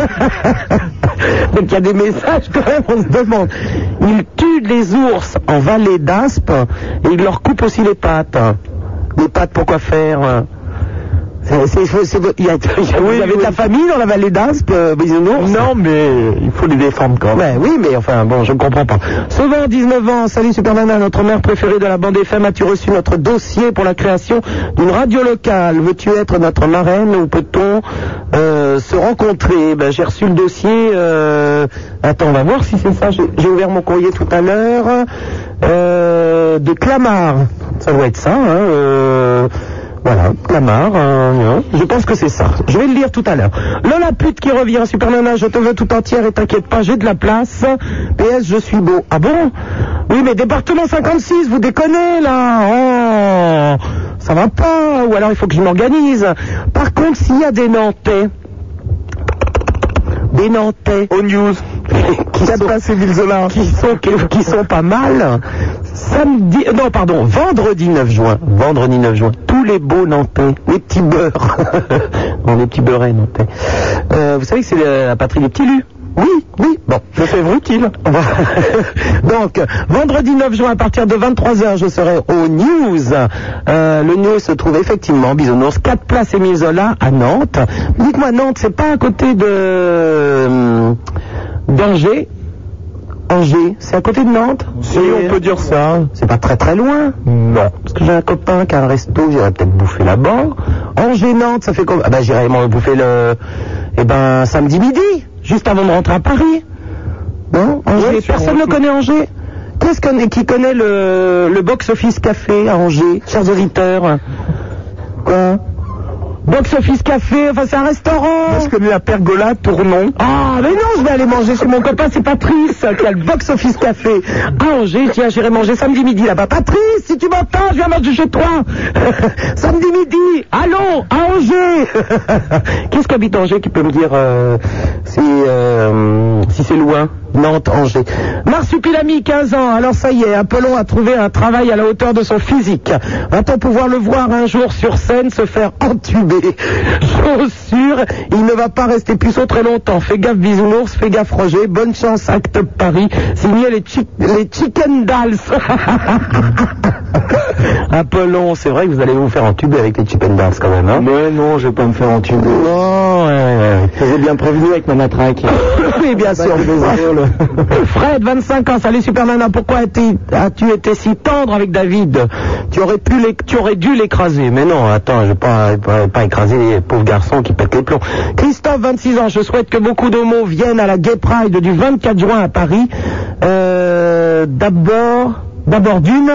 Donc il y a des messages quand même, on se demande. Ils tuent les ours en vallée d'Aspe et ils leur coupent aussi les pattes. Les pattes pour quoi faire C'est- c'est- c'est- c'est- il y a- il y a-
Oui,
Vous avez de
oui.
la famille dans la vallée d'Aspe, euh, bisounours
Non, mais il faut les défendre quand même.
Ouais, oui, mais enfin, bon, je ne comprends pas. Sauveur, 19 ans, salut Superman, notre mère préférée de la bande FM, as-tu reçu notre dossier pour la création d'une radio locale Veux-tu être notre marraine ou peut-on euh, se rencontrer ben, J'ai reçu le dossier, euh... attends, on va voir si c'est ça, j'ai j'ai ouvert mon courrier tout à l'heure, euh, de Clamart, ça doit être ça, hein euh, voilà, Clamart, euh, hein. je pense que c'est ça. Je vais le lire tout à l'heure. Lola pute qui revient, Super Nana, je te veux tout entière et t'inquiète pas, j'ai de la place. PS, je suis beau. Ah bon Oui, mais département 56, vous déconnez là Oh Ça va pas, ou alors il faut que je m'organise. Par contre, s'il y a des Nantais, des Nantais
Au news.
qui sont, qui sont qui- qui sont pas mal. Samedi, euh, non pardon, vendredi 9 juin, vendredi 9 juin, tous les beaux Nantais, les petits beurres, non les petits beurrés Nantais. Euh, vous savez que c'est euh, la, la patrie des petits lus. Oui, oui. Bon.
Je fais utile.
Donc, vendredi 9 juin, à partir de 23h, je serai au News. Euh, le News se trouve effectivement, Bisounours, 4 places Émile Zola à Nantes. Dites-moi, Nantes, c'est pas à côté de... euh, d'Angers Angers, c'est à côté de Nantes
Si on peut dire ça.
C'est pas très très loin
Non.
parce que j'ai un copain qui a un resto, j'irai peut-être bouffer là-bas. Angers-Nantes, ça fait comme... Ah ben j'irai moi bouffer le... Eh ben samedi midi, juste avant de rentrer à Paris. Non Angers,
Ouais, sur-
personne ne connaît Angers Qu'est-ce qu'on- qui connaît le, le box-office café à Angers, chers auditeurs Quoi Box-office café, enfin c'est un restaurant
Est-ce que la pergola tournons
ah, mais non, je vais aller manger chez mon copain, c'est Patrice, qui a le box office café. Ah, Angers, tiens, j'irai manger samedi midi là-bas. Patrice, si tu m'entends, je viens manger chez toi. samedi midi, allons, à Angers. Qu'est-ce qu'habite Angers qui peut me dire euh, si, euh, si c'est loin Nantes, Angers. Marsupilami, 15 ans. Alors ça y est, Apollon a trouvé un travail à la hauteur de son physique. Va-t-on pouvoir le voir un jour sur scène se faire entuber Chose sûre, il ne va pas rester puceau très longtemps. Fais gaffe Bisounours, fais gaffe Roger. Bonne chance, Acte Paris. Signé les, chi- les Chicken Dolls. Apollon, c'est vrai que vous allez vous faire entuber avec les Chicken Dolls quand même, hein
Mais non, je vais pas me faire entuber.
Non, ouais, ouais, ouais.
Je vous ai bien prévenu avec ma matraque.
Oui, bien sûr.
que des rôles.
Fred, 25 ans, salut Superman, hein, pourquoi as-tu- as-tu été si tendre avec David tu aurais, pu l'é- tu aurais dû l'écraser. Mais non, attends, je ne vais pas, pas, pas écraser les pauvres garçons qui pètent les plombs. Christophe, 26 ans, je souhaite que beaucoup d'homos viennent à la Gay Pride du 24 juin à Paris. Euh, D'abord... D'abord d'une,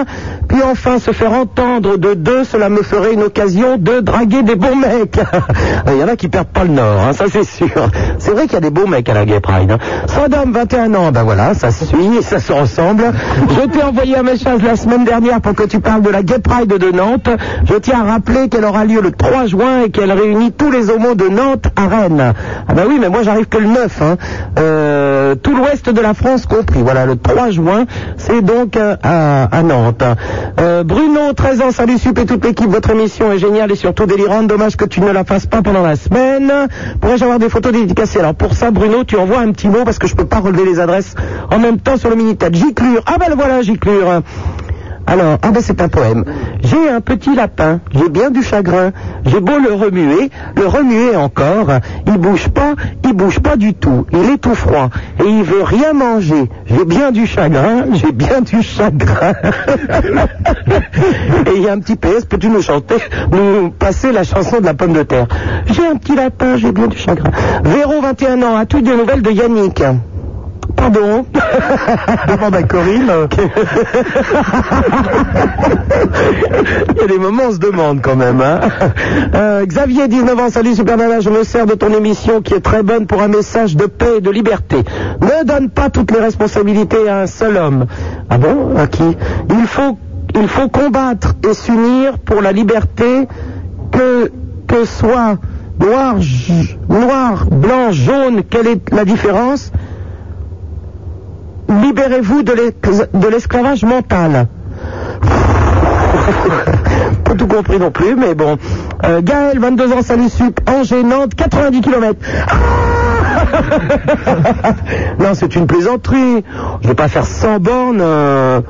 puis enfin se faire entendre de deux, cela me ferait une occasion de draguer des beaux mecs. Il y en a qui perdent pas le nord, hein, ça c'est sûr. C'est vrai qu'il y a des beaux mecs à la Gay Pride. Hein. Sodome, 21 ans, ben voilà, ça se suit, ça se ressemble. Je t'ai envoyé un message la semaine dernière pour que tu parles de la Gay Pride de Nantes. Je tiens à rappeler qu'elle aura lieu le 3 juin et qu'elle réunit tous les homos de Nantes à Rennes. Ah ben oui, mais moi j'arrive que le 9. Hein. Euh, tout l'ouest de la France compris. Voilà, le 3 juin, c'est donc euh, à, à Nantes. Euh, Bruno, 13 ans, salut Sup et toute l'équipe. Votre émission est géniale et surtout délirante. Dommage que tu ne la fasses pas pendant la semaine. Pourrais-je avoir des photos dédicacées Alors pour ça, Bruno, tu envoies un petit mot parce que je peux pas relever les adresses en même temps sur le Minitel. Giclure, ah ben le voilà, Giclure. Alors, ah ben c'est un poème. J'ai un petit lapin, j'ai bien du chagrin, j'ai beau le remuer, le remuer encore, il bouge pas, il bouge pas du tout, il est tout froid et il veut rien manger. J'ai bien du chagrin, j'ai bien du chagrin. et il y a un petit PS, peux-tu nous chanter, nous passer la chanson de la pomme de terre J'ai un petit lapin, j'ai bien du chagrin. Véro, 21 ans, as-tu des nouvelles de Yannick Pardon Demande à Corinne. Il y a des moments où on se demande quand même. hein. Euh, Xavier, 19 ans, salut Superman, je me sers de ton émission qui est très bonne pour un message de paix et de liberté. Ne donne pas toutes les responsabilités à un seul homme. Ah bon À qui Il faut, il faut combattre et s'unir pour la liberté que, que soit noir, j- noir, blanc, jaune, quelle est la différence Libérez-vous de l'es- de l'esclavage mental. Pas tout compris non plus, mais bon. Euh, Gaël, 22 ans, salut sup, Angers, Nantes, 90 km. non, c'est une plaisanterie. Je ne vais pas faire 100 bornes. euh,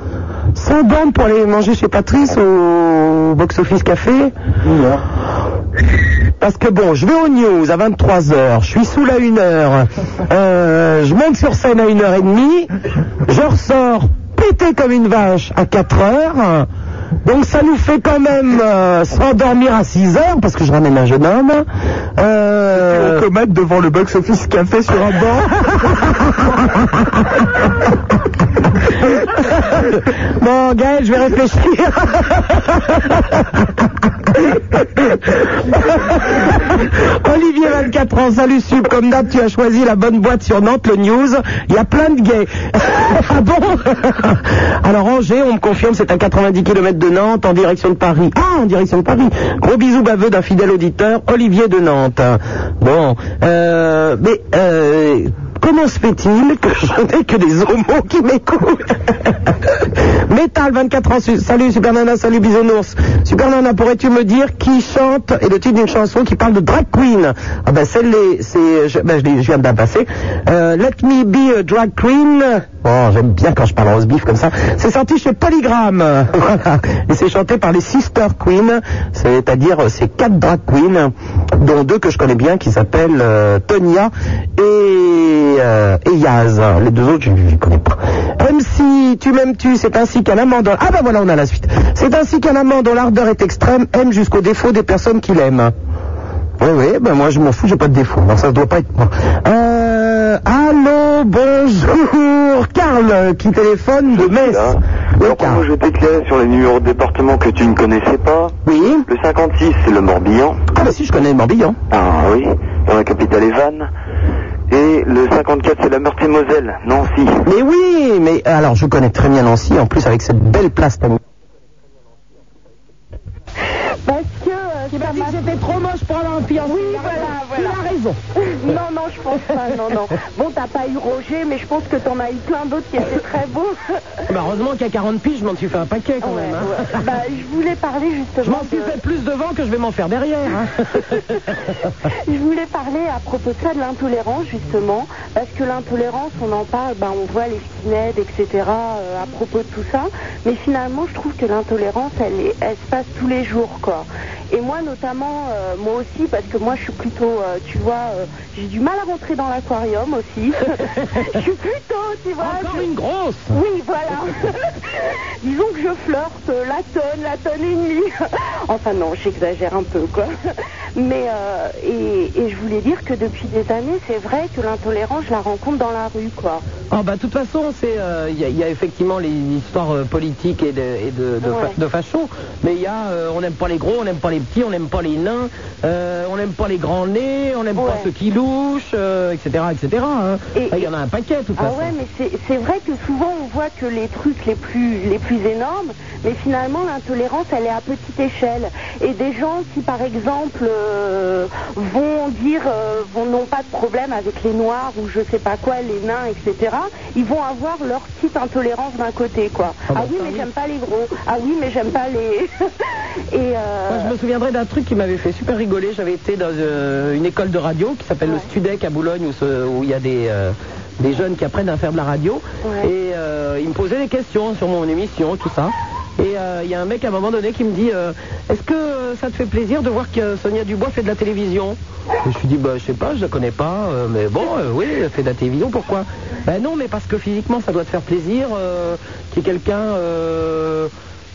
100 bornes pour aller manger chez Patrice au box-office café. Parce que bon, je vais aux news à 23h, je suis sous la 1h, euh, je monte sur scène à 1h30, je ressors pété comme une vache à 4h, donc ça nous fait quand même euh, s'endormir à 6h, parce que je ramène un jeune homme. Euh,
On comate devant le box office café sur un banc.
Bon, Gaël, je vais réfléchir. Olivier, 24 ans, salut Sup, comme d'hab, tu as choisi la bonne boîte sur Nantes, le News. Il y a plein de gays. ah bon Alors, Angers, on me confirme, c'est à 90 km de Nantes, en direction de Paris. Ah, en direction de Paris. Gros bisous baveux d'un fidèle auditeur, Olivier de Nantes. Bon, euh, mais... Euh, comment se fait-il que je n'ai que des homos qui m'écoutent Métal, 24 ans, su- salut Super Nana, salut Bisounours. Super Nana, pourrais-tu me dire qui chante et le titre d'une chanson qui parle de drag queen Ah ben celle les, c'est, je, ben, je, l'ai- je viens de la passer. Euh, Let me be a drag queen. Oh, j'aime bien quand je parle en beef comme ça. C'est sorti chez Polygram. Voilà. Et c'est chanté par les Sister Queen, c'est-à-dire euh, ces quatre drag queens, dont deux que je connais bien qui s'appellent euh, Tonya et, euh, et Yaz. Les deux autres, je ne les connais pas. MC, tu m'aimes-tu, c'est ainsi qu'un amant dans... Ah ben voilà, on a la suite. C'est ainsi qu'un amant dont l'ardeur est extrême aime jusqu'au défaut des personnes qu'il aime. Oui, oui, ben moi je m'en fous, j'ai pas de défaut. Non, ça doit pas être moi. Euh, allô, bonjour, Karl qui téléphone de Metz.
Là.
Oui,
Alors, moi,
Karl.
je t'éclaire sur les numéros de département que tu ne connaissais pas.
Oui.
Le 56, c'est le Morbihan.
Ah bah si, je connais le Morbihan.
Ah oui, dans la capitale est Vannes. Et le 54, c'est la Meurthe-et-Moselle, Nancy.
Mais oui, mais alors je connais très bien Nancy, en plus avec cette belle place. t'as mis.
Parce que. euh,
Il m'a dit que j'étais trop moche pour aller en fiancée. Oui,
voilà, voilà.
Il a raison.
Non, non, je pense pas, non, non. Bon, t'as pas eu Roger, mais je pense que t'en as eu plein d'autres qui étaient très beaux.
Bah heureusement qu'à 40 piges, je m'en suis fait un paquet quand
Ouais,
même. hein.
ouais. Bah, je voulais parler
Je
justement.
m'en suis
de-
fait plus devant que je vais m'en faire derrière. hein.
Je voulais parler à propos de ça, de l'intolérance justement, parce que l'intolérance, on en parle, ben, on voit les skinheads, etc., euh, à propos de tout ça, mais finalement, je trouve que l'intolérance, elle, est- elle se passe tous les jours, quoi. Et moi, notamment, euh, moi aussi, parce que moi, je suis plutôt, euh, tu vois, euh, j'ai du mal à rentrer dans l'aquarium aussi. je suis plutôt, tu vois...
Encore
je-
une grosse
oui, voilà. Disons que je flirte euh, la tonne, la tonne et demie. enfin non, j'exagère un peu, quoi. Mais, euh, et, et je voulais dire que depuis des années, c'est vrai que l'intolérance, je la rencontre dans la rue, quoi.
Ah bah de toute façon, c'est euh, il y, a- il y a effectivement les histoires euh, politiques et de, et de, de, fa-
Ouais.
de facho, mais il y a euh, on n'aime pas les gros, on n'aime pas les petits, on n'aime pas les nains, euh, on n'aime pas les grands nez, on n'aime pas
Ouais.
ceux qui louchent, euh, etc. etc. hein. Ah,
Et-
Il y en a un paquet de toute
Ah
façon.
ouais, mais c'est- c'est vrai que souvent on voit que les trucs les plus, les plus énormes, mais finalement l'intolérance elle est à petite échelle. Et des gens qui par exemple euh, vont dire, euh, vont n'ont pas de problème avec les noirs ou je sais pas quoi, les nains, etc. Ils vont avoir leur petite intolérance d'un côté quoi. Ah,
bah,
oui, mais j'aime pas les gros. Ah oui, mais j'aime pas les. Et euh,
Moi, je me souviendrai d'un truc qui m'avait fait super rigoler. J'avais été dans euh, une école de radio qui s'appelle le Studec à Boulogne, où ce- où il y a des, euh, des jeunes qui apprennent à faire de la radio.
Ouais.
Et euh, ils me posaient des questions sur mon émission, tout ça. Et euh, il y a un mec à un moment donné qui me dit euh, Est-ce que euh, ça te fait plaisir de voir que Sonia Dubois fait de la télévision Et Je lui dis bah, Je sais pas, je la connais pas, euh, mais bon, euh, oui, elle fait de la télévision, pourquoi Ben non, mais parce que physiquement, ça doit te faire plaisir euh, qu'il y ait quelqu'un. euh,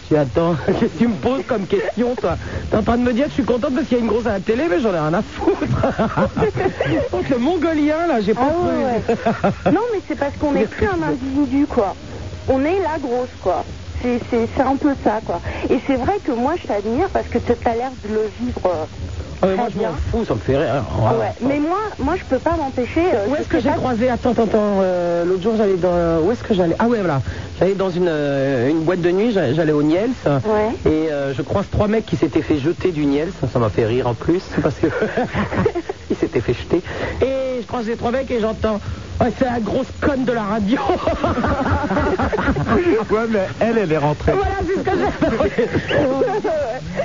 j'ai dit, attends, qu'est-ce que tu me poses comme question, toi T'es en train de me dire que je suis contente parce qu'il y a une grosse à la télé, mais j'en ai rien à foutre. Contre le mongolien, là, j'ai pas
Ah
cru.
ouais. non, mais c'est parce qu'on n'est plus un individu, quoi. On est la grosse, quoi. C'est- C'est c'est un peu ça, quoi. Et c'est vrai que moi, je t'admire parce que tu as l'air de le vivre. euh,
Ah, mais moi,
très
je
bien.
m'en fous, ça me fait rire. hein.
Ouais. Mais moi, moi, je peux pas m'empêcher. euh,
Où
je
est-ce que
sais
j'ai
pas-
croisé Attends, attends, attends. euh, L'autre jour, j'allais dans. Où est-ce que j'allais Ah ouais, voilà. J'allais dans une, euh, une boîte de nuit. j'a- J'allais au Niels.
Ouais.
Et euh, je croise trois mecs qui s'étaient fait jeter du Niels. Ça m'a fait rire en plus parce que ils s'étaient fait jeter. Et je croise les trois mecs et j'entends. Ah, c'est la grosse conne de la radio.
Ouais, mais elle, elle est rentrée.
voilà, c'est ce que j'ai.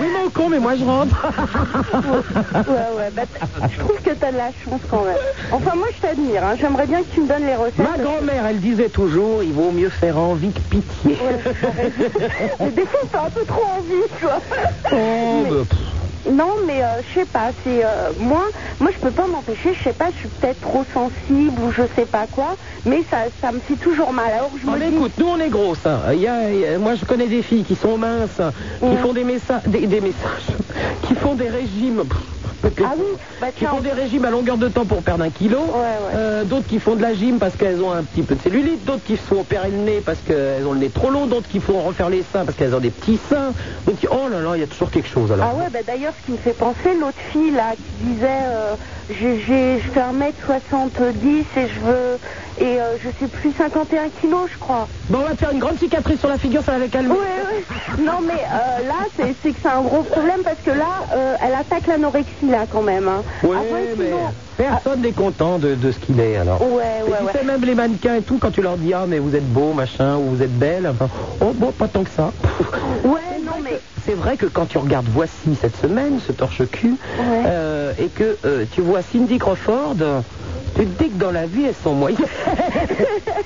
oui, mon con, mais moi je rentre.
Ouais, ouais, bah, t- je trouve que tu as de la chance quand même. Enfin, moi, je t'admire. hein. J'aimerais bien que tu me donnes les recettes.
Ma grand-mère, elle disait toujours, il vaut mieux faire envie que pitié.
Mais des fois, t'as un peu trop envie, tu vois.
Oh,
Mais-
bah, pff.
Non, mais euh, je sais pas. C'est euh, moi, moi je peux pas m'empêcher. Je sais pas, je suis peut-être trop sensible ou je sais pas quoi. Mais ça, ça me fait toujours mal. Alors je
Oh,
me
mais
dis,
écoute, nous on est grosses. hein. Il y a- il y a- moi je connais des filles qui sont minces, qui
Ouais.
font des, messa- des, des messages, qui font des régimes. pff,
ah oui, bah
Qui
tiens,
font des régimes à longueur de temps pour perdre un kilo,
ouais.
Euh, d'autres qui font de la gym parce qu'elles ont un petit peu de cellulite, d'autres qui se font opérer le nez parce qu'elles ont le nez trop long, d'autres qui font refaire les seins parce qu'elles ont des petits seins. Donc oh là là, il y a toujours quelque chose alors.
Ah ouais, bah d'ailleurs, ce qui me fait penser, l'autre fille là, qui disait euh, j'ai, j'ai- je fais 1m70 et je veux. Et euh, je sais plus, 51 kilos, je crois.
Bon, on va te faire une grande cicatrice sur la figure, ça va les calmer.
Ouais, ouais. Non, mais euh, là, c'est, c'est que c'est un gros problème parce que là, euh, elle attaque l'anorexie. qu'il a quand même. Hein.
Ouais,
Avant,
mais
sinon-
personne n'est content de, de ce qu'il est alors.
Ouais,
Et
ouais,
tu
ouais.
sais, même les mannequins et tout, quand tu leur dis ah mais vous êtes beau machin ou vous êtes belle, enfin, oh bon pas tant que ça.
Ouais, non, mais.
C'est vrai que quand tu regardes Voici cette semaine, ce torche-cul, euh, et que euh, tu vois Cindy Crawford, tu te dis que dans la vie, elles sont moyennes.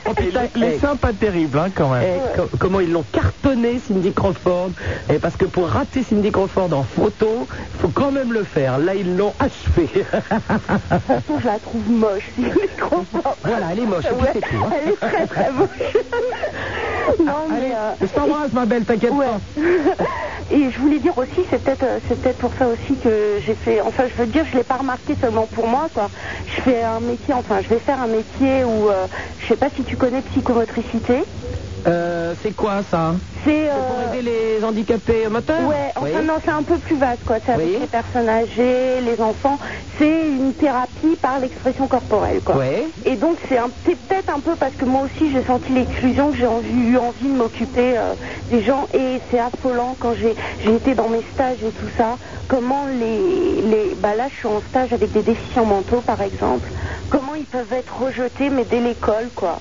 Oh, putain, eh,
Les seins pas terribles, hein, quand même.
eh, co- comment ils l'ont cartonné, Cindy Crawford et Parce que pour rater Cindy Crawford en photo, il faut quand même le faire. Là, ils l'ont achevé.
Surtout, je la trouve moche. C'est trop fort.
voilà, elle est moche, et puis
Ouais,
c'est tout. hein.
elle est très très moche. non, mais. euh,
Je t'embrasse, ma belle, t'inquiète
Ouais.
pas.
Et je voulais dire aussi, c'est peut-être euh, c'est peut-être pour ça aussi que j'ai fait. Enfin, je veux dire, je l'ai pas remarqué seulement pour moi, quoi. Je fais un métier, enfin, je vais faire un métier où euh, je sais pas si tu connais psychomotricité.
Euh, c'est quoi ça
C'est euh,
Pour aider les handicapés moteurs
ouais, enfin
Oui.
non, c'est un peu plus vaste, quoi. C'est avec
Oui.
les personnes âgées, les enfants. C'est une thérapie par l'expression corporelle, quoi.
Ouais.
Et donc c'est un- c'est peut-être un peu parce que moi aussi j'ai senti l'exclusion que j'ai envie- eu envie de m'occuper euh, des gens et c'est affolant quand j'ai j'ai été dans mes stages et tout ça comment les les bah là je suis en stage avec des déficients mentaux par exemple comment ils peuvent être rejetés mais dès l'école quoi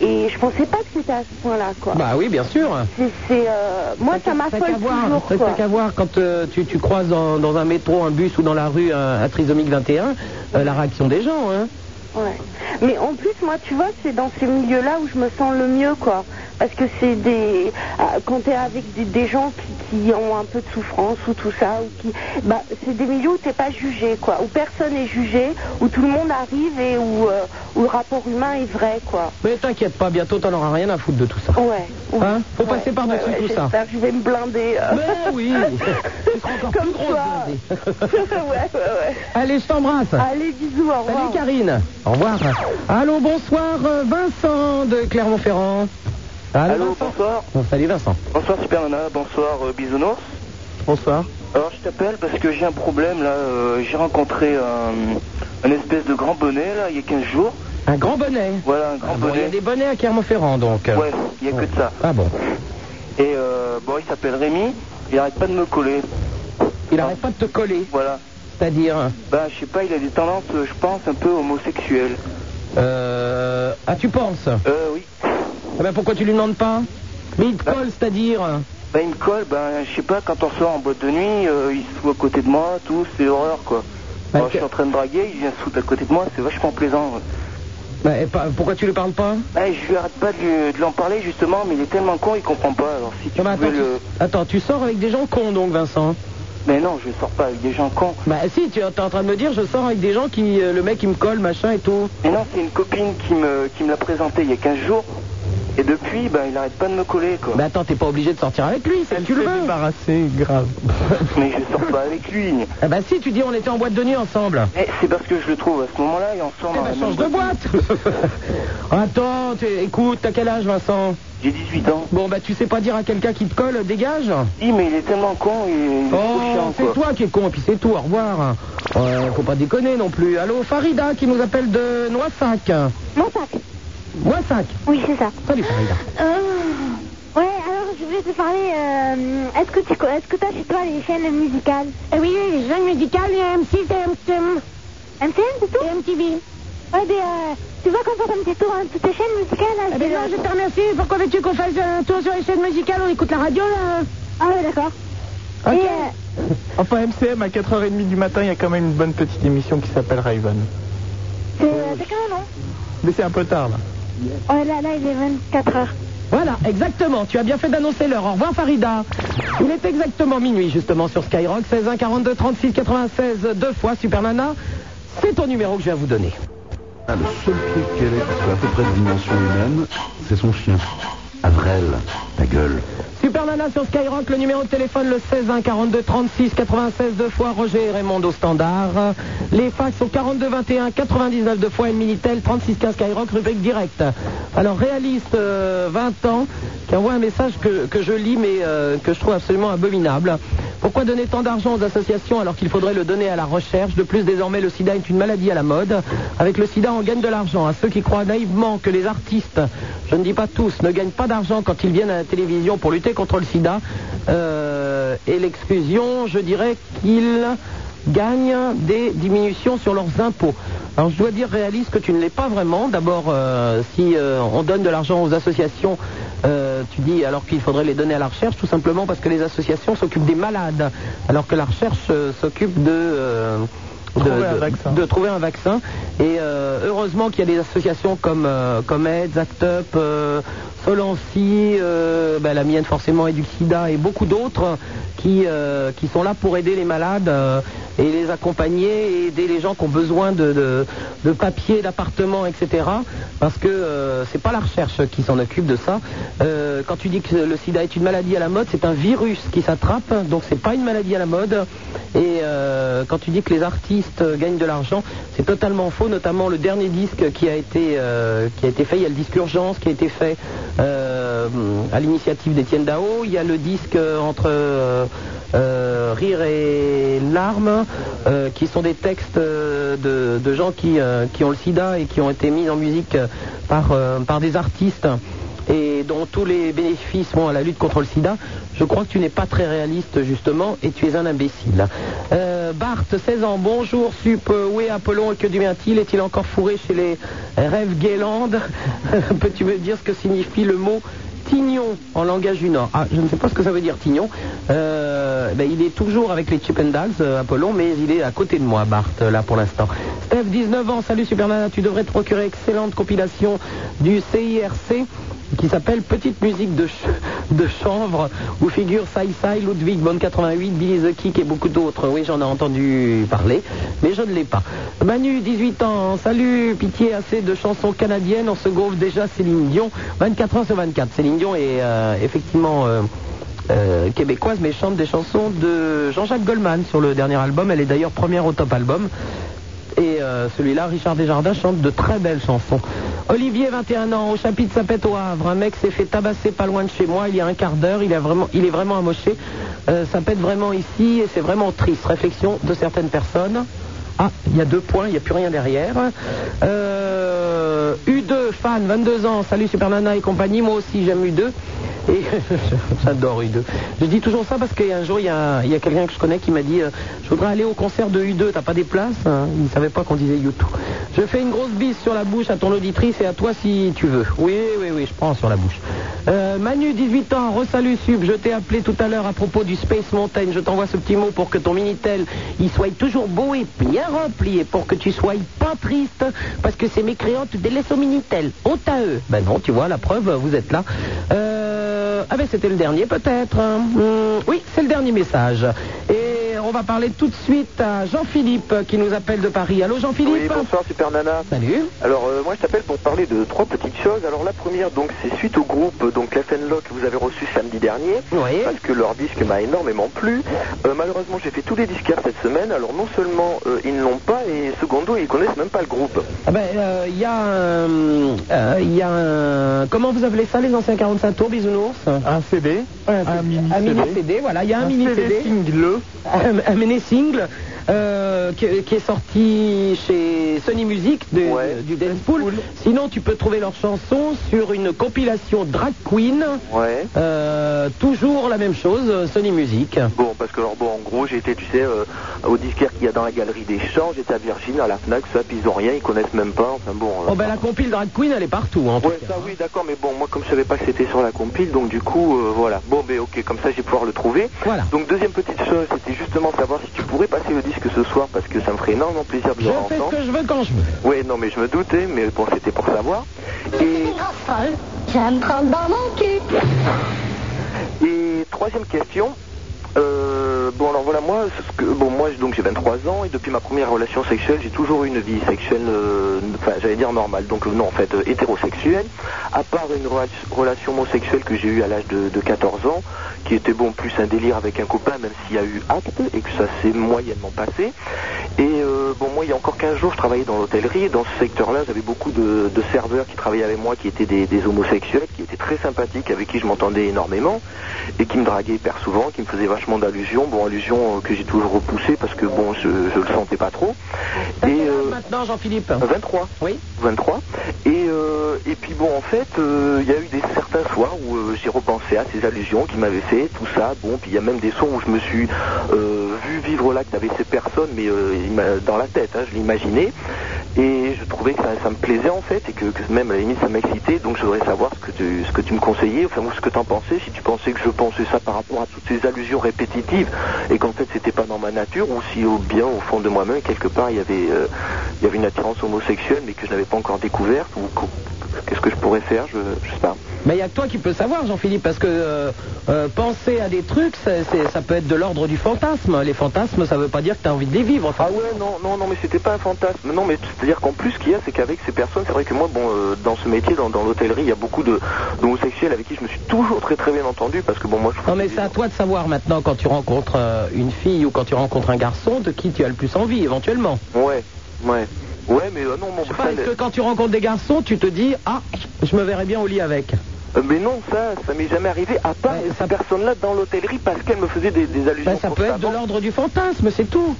et je pensais pas que c'était à ce point là quoi
Bah oui, bien sûr.
c'est c'est, euh, moi ça
T'as
m'affole
qu'à voir,
toujours
t'as
quoi
qu'à voir quand euh, tu, tu croises dans, dans un métro, un bus ou dans la rue un, un trisomique 21, euh, la réaction des gens. Hein.
Ouais. Mais en plus, moi, tu vois, c'est dans ces milieux-là où je me sens le mieux, quoi. Parce que c'est des. ah, Quand t'es avec des, des gens qui, qui ont un peu de souffrance ou tout ça, ou qui. Bah, c'est des milieux où t'es pas jugé, quoi. Où personne est jugé, où tout le monde arrive et où, euh, où le rapport humain est vrai, quoi.
Mais t'inquiète pas, bientôt t'en auras rien à foutre de tout ça.
Ouais. Oui.
Hein Faut
Ouais,
passer par-dessus
ouais, ouais,
tout ça.
j'espère que Je vais me blinder. euh.
Mais oui Tu seras encore
Comme
plus grosse,
toi.
blindée.
ouais, ouais, ouais.
Allez, je t'embrasse
Allez, bisous, au revoir.
Salut Karine Au revoir Allô, bonsoir, euh, Vincent de Clermont-Ferrand
Allô,
Vincent
bonsoir.
Bon, Salut Vincent
Bonsoir Supermana, bonsoir euh, Bisounours.
Bonsoir
Alors je t'appelle parce que j'ai un problème là, euh, j'ai rencontré un, un espèce de grand bonnet là il y a 15 jours.
Un grand bonnet
Voilà un grand
Ah bon, Il y a
bonnet.
des bonnets à Clermont-Ferrand, donc
Ouais, il n'y a que de ça.
Ah bon
Et euh, bon il s'appelle Rémi, il arrête pas de me coller.
Il arrête pas de te coller,
Voilà.
c'est-à-dire...
Bah je sais pas, il a des tendances, euh, je pense, un peu homosexuelles.
Euh... Ah, tu penses
Euh oui.
Eh ben pourquoi tu lui demandes pas Mais il te colle, c'est-à-dire
Bah il me colle, bah je sais pas, quand on sort en boîte de nuit, euh, il se fout à côté de moi, tout, c'est horreur quoi.
Bah,
Alors,
que-
je suis en train de draguer, il vient se foutre à côté de moi, c'est vachement plaisant. ouais.
Bah, et pas- Pourquoi tu lui parles pas
Ouais, je lui arrête pas de, lui- de l'en parler justement, mais il est tellement con, il comprend pas. Alors si tu
Non, mais
pouvais
attends,
le.
tu... attends, tu sors avec des gens cons donc, Vincent
Mais non, je sors pas avec des gens cons.
Bah si, tu es en train de me dire, je sors avec des gens qui... euh, le mec, il me colle, machin et tout.
Mais non, c'est une copine qui me, qui me l'a présenté il y a 15 jours, et depuis, bah, il arrête pas de me coller quoi.
Bah attends, t'es pas obligé de sortir avec lui, c'est
Elle
tu le
s'est
veux.
débarrassée, grave.
Mais je sors pas avec lui.
Ah bah si, tu dis on était en boîte de nuit ensemble.
Mais c'est parce que je le trouve à ce moment-là, et on sort
Eh
dans
bah
la
change
même
de boîte Attends, tu- écoute, t'as quel âge Vincent
J'ai 18 ans.
Bon bah tu sais pas dire à quelqu'un qui te colle, dégage
Oui, mais il est tellement con, il est trop
Oh,
chiant
c'est
quoi.
toi qui es con, et puis c'est tout, au revoir Ouais, faut pas déconner non plus. Allô, Farida qui nous appelle de Noissac.
Mon sac.
Noissac
Oui, c'est ça.
Salut Farida.
Ah. Ouais, alors je voulais te parler. euh, est-ce que tu est-ce que t'as chez toi les chaînes musicales Eh Oui, oui, les chaînes musicales, M6 et MCM. MCM, c'est tout Et MTV. Ouais, mais euh, tu vois qu'on fait un petit tour hein, toutes les chaînes musicales. Là,
ben
Eh je te remercie. Pourquoi veux-tu qu'on fasse euh, un tour sur les chaînes musicales On écoute la radio, là Ah, ouais, d'accord.
Ok.
Et, euh,
Enfin, MCM, à 4h30 du matin, il y a quand même une bonne petite émission qui s'appelle Raven.
c'est, euh, c'est quand même, non
Mais c'est un peu tard, là.
Ouais, là, là, il est 24 heures.
Voilà, exactement, tu as bien fait d'annoncer l'heure. Au revoir Farida. Il est exactement minuit justement sur Skyrock, 16 1 42 36 96, deux fois Supermana. C'est ton numéro que je vais vous donner.
Ah, le seul truc qu'elle est, qui soit à peu près de dimension humaine, c'est son chien. Avrel, ta gueule.
Super Nana sur Skyrock, le numéro de téléphone le 16 1 42 36 96 deux fois Roger et Raymond au standard. Les fax sont 42 21 99 deux fois et le Minitel 36 15 Skyrock rubrique direct. Alors réaliste euh, 20 ans qui envoie un message que, que je lis mais euh, que je trouve absolument abominable. Pourquoi donner tant d'argent aux associations alors qu'il faudrait le donner à la recherche De plus, désormais, le sida est une maladie à la mode. Avec le sida, on gagne de l'argent. À ceux qui croient naïvement que les artistes, je ne dis pas tous, ne gagnent pas d'argent quand ils viennent à la télévision pour lutter contre le sida euh, et l'exclusion, je dirais qu'ils gagnent des diminutions sur leurs impôts. Alors je dois dire, réalise que tu ne l'es pas vraiment. D'abord, euh, si euh, on donne de l'argent aux associations, euh, tu dis alors qu'il faudrait les donner à la recherche, tout simplement parce que les associations s'occupent des malades, alors que la recherche euh, s'occupe de... euh, de,
Trouver un
de-
vaccin.
de trouver un vaccin. Et euh, heureusement qu'il y a des associations comme, euh, comme AIDS, ACT UP, euh, Solancy, euh, ben, la mienne forcément, Eduxida et beaucoup d'autres qui, euh, qui sont là pour aider les malades euh, et les accompagner et aider les gens qui ont besoin de, de, de papiers, d'appartements, etc. Parce que euh, c'est pas la recherche qui s'en occupe de ça. Euh, quand tu dis que le sida est une maladie à la mode, c'est un virus qui s'attrape, donc c'est pas une maladie à la mode. Et euh, quand tu dis que les artistes euh, gagnent de l'argent, c'est totalement faux, notamment le dernier disque qui a été, euh, qui a été fait. Il y a le disque Urgence qui a été fait euh, à l'initiative d'Étienne Dao. Il y a le disque euh, entre euh, euh, Rire et Larmes, euh, qui sont des textes euh, de, de gens qui, euh, qui ont le sida et qui ont été mis en musique euh, par, euh, par des artistes et dont tous les bénéfices vont à la lutte contre le sida, je crois que tu n'es pas très réaliste justement et tu es un imbécile. Euh, Bart, 16 ans, bonjour, sup, euh, oui, Apollon, que devient-il Est-il encore fourré chez les rêves guélandes Peux-tu me dire ce que signifie le mot Tignon en langage du Nord. Ah, je ne sais pas ce que ça veut dire Tignon. Euh, ben, il est toujours avec les Chippendales, euh, Apollon, mais il est à côté de moi, Bart, euh, là pour l'instant. Steph, 19 ans, salut Supernana, tu devrais te procurer excellente compilation du CIRC qui s'appelle Petite musique de, ch- de chanvre, où figurent Sai Sai, Ludwig Bon 88, Billy the Kick et beaucoup d'autres. Oui, j'en ai entendu parler, mais je ne l'ai pas. Manu, 18 ans, salut, pitié, assez de chansons canadiennes, on se gaufre déjà Céline Dion, 24 ans sur 24. Céline Dion est euh, effectivement... euh, euh, québécoise mais chante des chansons de Jean-Jacques Goldman sur le dernier album. Elle est d'ailleurs première au top album. Et euh, celui-là, Richard Desjardins chante de très belles chansons. Olivier, 21 ans, au chapitre Sapette au Havre. Un mec s'est fait tabasser pas loin de chez moi il y a un quart d'heure. Il, a vraiment, il est vraiment amoché. Euh, ça pète vraiment ici et c'est vraiment triste. Réflexion de certaines personnes. Ah, il y a deux points, il n'y a plus rien derrière. Euh, U2, fan, 22 ans, salut Supernana et compagnie, moi aussi j'aime U2. Et j'adore U2. Je dis toujours ça parce qu'un jour, il y a, il y a quelqu'un que je connais qui m'a dit euh, Je voudrais aller au concert de U2, t'as pas des places hein Il ne savait pas qu'on disait U2. Je fais une grosse bise sur la bouche à ton auditrice et à toi si tu veux. Oui, oui, oui, je prends sur la bouche. Euh, Manu, 18 ans, resalut Sub, je t'ai appelé tout à l'heure à propos du Space Mountain. Je t'envoie ce petit mot pour que ton Minitel, il soit toujours beau et bien rempli et pour que tu sois pas triste parce que ces mécréants te délaissent au Minitel. Honte à eux. Ben non, tu vois, la preuve, vous êtes là. Euh, ah ben c'était le dernier peut-être. hein. Hum, oui, c'est le dernier message. Et on va parler tout de suite à Jean-Philippe qui nous appelle de Paris. Allô
Oui,
Jean-Philippe
bonsoir Super Nana.
Salut.
Alors euh, moi je t'appelle pour parler de trois petites choses. Alors la première donc c'est suite au groupe donc La Fenlock que vous avez reçu samedi dernier.
Oui.
Parce que leur disque m'a énormément plu. Euh, malheureusement j'ai fait tous les disquaires cette semaine. Alors non seulement euh, ils ne l'ont pas et secondo ils connaissent même pas le groupe.
Ah ben, euh, il y a un... euh, il y a un- Comment vous appelez ça, les anciens 45 tours, bisounours
Un CD, un mini
Un mini
CD,
CD, voilà, il y a un, mini CD.
single.
un, un mini single euh, qui, qui est sorti chez Sony Music de-
Ouais.
du Dance Pool. Sinon, tu peux trouver leurs chansons sur une compilation Drag Queen.
Ouais.
Euh, toujours la même chose, euh, Sony Music.
Bon, parce que alors, bon, en gros, j'étais, tu sais, euh, au disquaire qu'il y a dans la galerie des champs, j'étais à Virgin, à la FNAC, ça, puis ils ont rien, ils connaissent même pas, enfin bon... euh,
Oh ben la compile Drag Queen, elle est partout. hein, en tout
Ouais,
cas.
ça oui, d'accord, mais bon, moi, comme je savais pas que c'était sur la compile, donc du coup, euh, voilà. Bon, ben ok, comme ça, je vais pouvoir le trouver.
Voilà.
Donc, deuxième petite chose, c'était justement savoir si tu pourrais passer le disque ce soir, parce que ça me ferait énormément plaisir de
Je
le
fais
entendre.
ce que je veux quand je veux.
Ouais, non, mais je me doutais, mais bon, c'était pour savoir. Et,
grave folle. Je vais me prendre dans mon cul.
et troisième question. Euh, bon alors voilà moi ce que bon moi je- donc j'ai 23 ans et depuis ma première relation sexuelle j'ai toujours eu une vie sexuelle euh, enfin j'allais dire normale donc non en fait euh, hétérosexuelle à part une rela- relation homosexuelle que j'ai eue à l'âge de, de 14 ans qui était bon plus un délire avec un copain même s'il y a eu acte et que ça s'est moyennement passé et euh, bon moi il y a encore 15 jours je travaillais dans l'hôtellerie et dans ce secteur là j'avais beaucoup de, de serveurs qui travaillaient avec moi qui étaient des, des homosexuels qui étaient très sympathiques avec qui je m'entendais énormément et qui me draguait hyper souvent, qui me faisait vachement d'allusions, bon allusions euh, que j'ai toujours repoussées parce que bon je, je le sentais pas trop. Et euh,
maintenant, Jean-Philippe
23.
Oui.
23. Et, euh, et puis bon, en fait, euh, il y a eu des certains soirs où euh, j'ai repensé à ces allusions qu'il m'avait fait, tout ça. Bon, puis il y a même des sons où je me suis euh, vu vivre l'acte avec ces personnes, mais euh, il m'a- dans la tête, hein, je l'imaginais. Et je trouvais que ça, ça me plaisait en fait, et que, que même à la limite ça m'excitait. Donc je voudrais savoir ce que tu, ce que tu me conseillais, enfin ou ce que t'en pensais, si tu pensais que je pensais ça par rapport à toutes ces allusions répétitives, et qu'en fait c'était pas dans ma nature, ou si au bien au fond de moi-même quelque part il y avait, euh, il y avait une attirance homosexuelle, mais que je n'avais pas encore découverte, ou qu'o- qu'est-ce que je pourrais faire, je, je sais pas.
Mais il y a que toi qui peux savoir, Jean-Philippe, parce que euh, euh, penser à des trucs, ça, c'est- ça peut être de l'ordre du fantasme. Les fantasmes, ça veut pas dire que tu as envie de les vivre. Enfin,
Ah ouais, non, non, non, mais c'était pas un fantasme. Non, mais c'est-à-dire qu'en plus, ce qu'il y a, c'est qu'avec ces personnes, c'est vrai que moi, bon, euh, dans ce métier, dans, dans l'hôtellerie, il y a beaucoup de d'homosexuels avec qui je me suis toujours très très bien entendu, parce que bon, moi, je trouve
Non mais c'est à toi de savoir maintenant quand tu rencontres euh, une fille ou quand tu rencontres un garçon de qui tu as le plus envie éventuellement.
Ouais, ouais. Ouais, mais euh, non, mon
Enfin, Est-ce que quand tu rencontres des garçons tu te dis ah je me verrais bien au lit avec
Euh, Mais non, ça, ça m'est jamais arrivé, à part ces personnes-là dans l'hôtellerie, parce qu'elles me faisaient des, des allusions.
Ben, Ça peut être de l'ordre du fantasme c'est tout.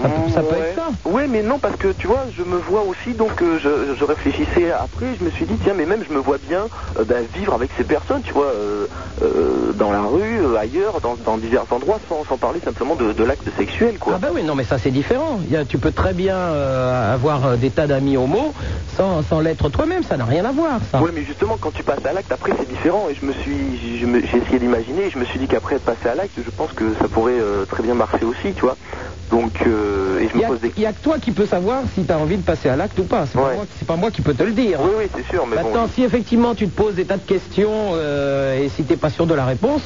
Ça, peut- ça peut être ça.
Oui, mais non, parce que tu vois, je me vois aussi, donc euh, je, je réfléchissais après, je me suis dit, tiens, mais même je me vois bien euh, ben, vivre avec ces personnes, tu vois, euh, euh, dans la rue, euh, ailleurs, dans, dans divers endroits, sans, sans parler simplement de, de l'acte sexuel, quoi.
Ah ben oui non mais ça c'est différent. Il y a- tu peux très bien euh, avoir euh, des tas d'amis homo sans, sans l'être toi-même ça n'a rien à voir ça.
Ouais, mais justement, quand tu passes à l'acte, après c'est différent. Et je me suis, je me- j'ai essayé d'imaginer. Et je me suis dit qu'après être passé à l'acte, je pense que ça pourrait euh, très bien marcher aussi, tu vois. Donc, euh, et je
Il
me
y a-
pose des.
il y a, que toi qui peux savoir si tu as envie de passer à l'acte ou pas. C'est pas, moi- c'est pas moi qui peux te le dire.
Oui, oui, c'est sûr, mais bon.
Maintenant, si effectivement tu te poses des tas de questions euh, et si t'es pas sûr de la réponse,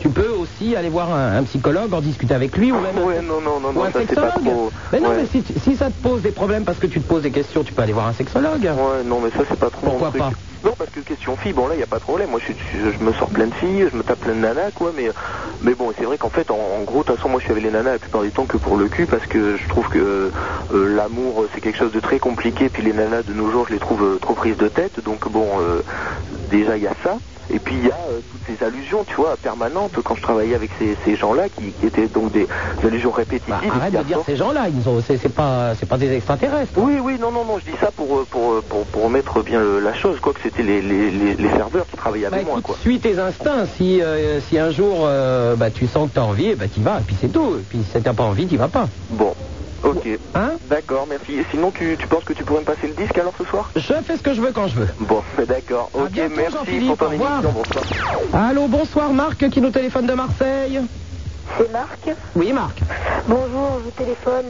tu peux aussi aller voir un, un psychologue, en discuter avec lui ou même
Ouais, non, non, non,
ou
non,
un
ça c'est
sexologue.
pas trop.
Mais non,
Ouais.
mais si, tu- si ça te pose des problèmes parce que tu te poses des questions, tu peux aller voir un sexologue.
Ouais, non, mais ça c'est pas trop. mon
Pourquoi
truc.
pas
Non, parce que question fille, bon là, il n'y a pas de problème. Moi, je, suis- je, je me sors plein de filles, je me tape plein de nanas, quoi. Mais, mais bon, c'est vrai qu'en fait, en, en gros, de toute façon, moi, je suis avec les nanas la plupart du temps que pour le cul, parce que je trouve que euh, l'amour, euh, c'est quelque chose de très compliqué. Puis les nanas de nos jours, je les trouve euh, trop prises de tête. Donc bon, euh, déjà, il y a ça. Et puis il y a euh, toutes ces allusions, tu vois, permanentes quand je travaillais avec ces, ces gens-là qui, qui étaient donc des, des allusions répétitives. et
Bah, Arrête
qui
de dire ces gens-là, ils ont, c'est, c'est pas, c'est pas des extraterrestres.
hein. oui, oui, non, non, non, je dis ça pour, euh, pour, euh, pour, pour remettre bien le- la chose, quoi, que c'était les, les, les, les serveurs qui travaillaient
Bah,
avec moi,
écoute,
quoi.
suis tes instincts. Si, euh, si un jour euh, bah, tu sens que t'as envie, bah, t'y vas. Et puis c'est tout. Et puis si t'as pas envie, t'y vas pas.
Bon, ok.
Hein
D'accord, merci. Et sinon, tu, tu penses que tu pourrais me passer le disque alors ce soir
Je fais ce que je veux quand je veux.
Bon,
ben,
d'accord, ok,
Ah, bientôt,
merci
Jean-Philippe,
pour ton
au revoir.
émission, bonsoir.
Allô, bonsoir Marc qui nous téléphone de Marseille.
C'est Marc.
Oui Marc.
Bonjour, je vous téléphone.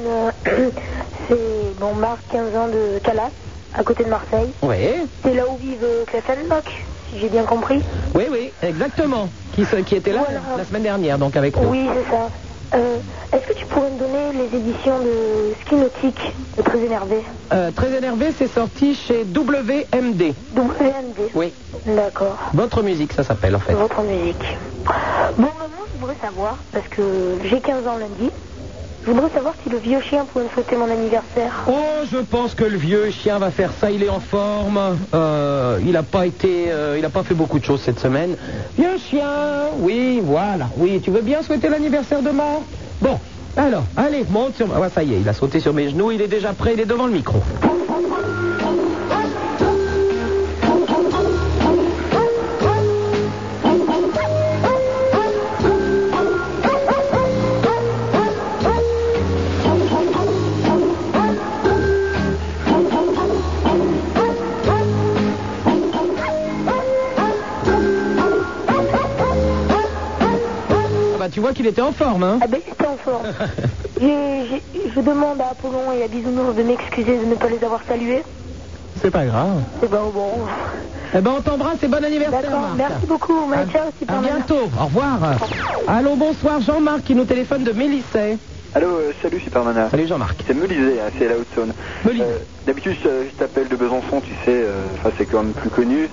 euh, C'est bon, Marc, 15 ans de Calas, à côté de Marseille.
Oui.
C'est là où vivent euh, Kleffenbach, si j'ai bien compris.
Oui, oui, exactement. Qui, se- qui était là la semaine dernière, donc avec nous.
Oui, c'est ça. Euh, Est-ce que tu pourrais me donner les éditions de Ski Nautique, de Très Énervé
Euh, très énervé, c'est sorti chez WMD.
WMD
Oui.
D'accord.
Votre musique, ça s'appelle en fait.
Votre musique. Bon, maman, je voudrais savoir, parce que j'ai 15 ans lundi, je voudrais savoir si le vieux chien pouvait me souhaiter mon anniversaire.
Oh, je pense que le vieux chien va faire ça. Il est en forme. Euh, il n'a pas été, euh, il n'a pas fait beaucoup de choses cette semaine. Vieux chien, oui, voilà, oui. Tu veux bien souhaiter l'anniversaire de Marc Bon, alors, allez, monte sur. Ah, ça y est, il a sauté sur mes genoux. Il est déjà prêt. Il est devant le micro. Ah Bah, tu vois qu'il était en forme, hein
Ah ben, c'était en forme. J'ai- j'ai- je demande à Apollon et à Bisounours de m'excuser de ne pas les avoir salués.
C'est pas grave.
C'est ben bon.
Eh ben, on t'embrasse et bon anniversaire.
D'accord,
Marc.
merci beaucoup. Mais ciao, c'est
À
pas mal.
bientôt, au revoir. Allô, bonsoir, Jean-Marc qui nous téléphone de Mélisset.
Allô, euh, salut Supermana.
Salut Jean-Marc.
C'est Melisée, hein, c'est la Haute-Saône.
Melisée.
Euh, D'habitude, je, je t'appelle de Besançon, tu sais, euh, enfin, c'est quand même plus connu.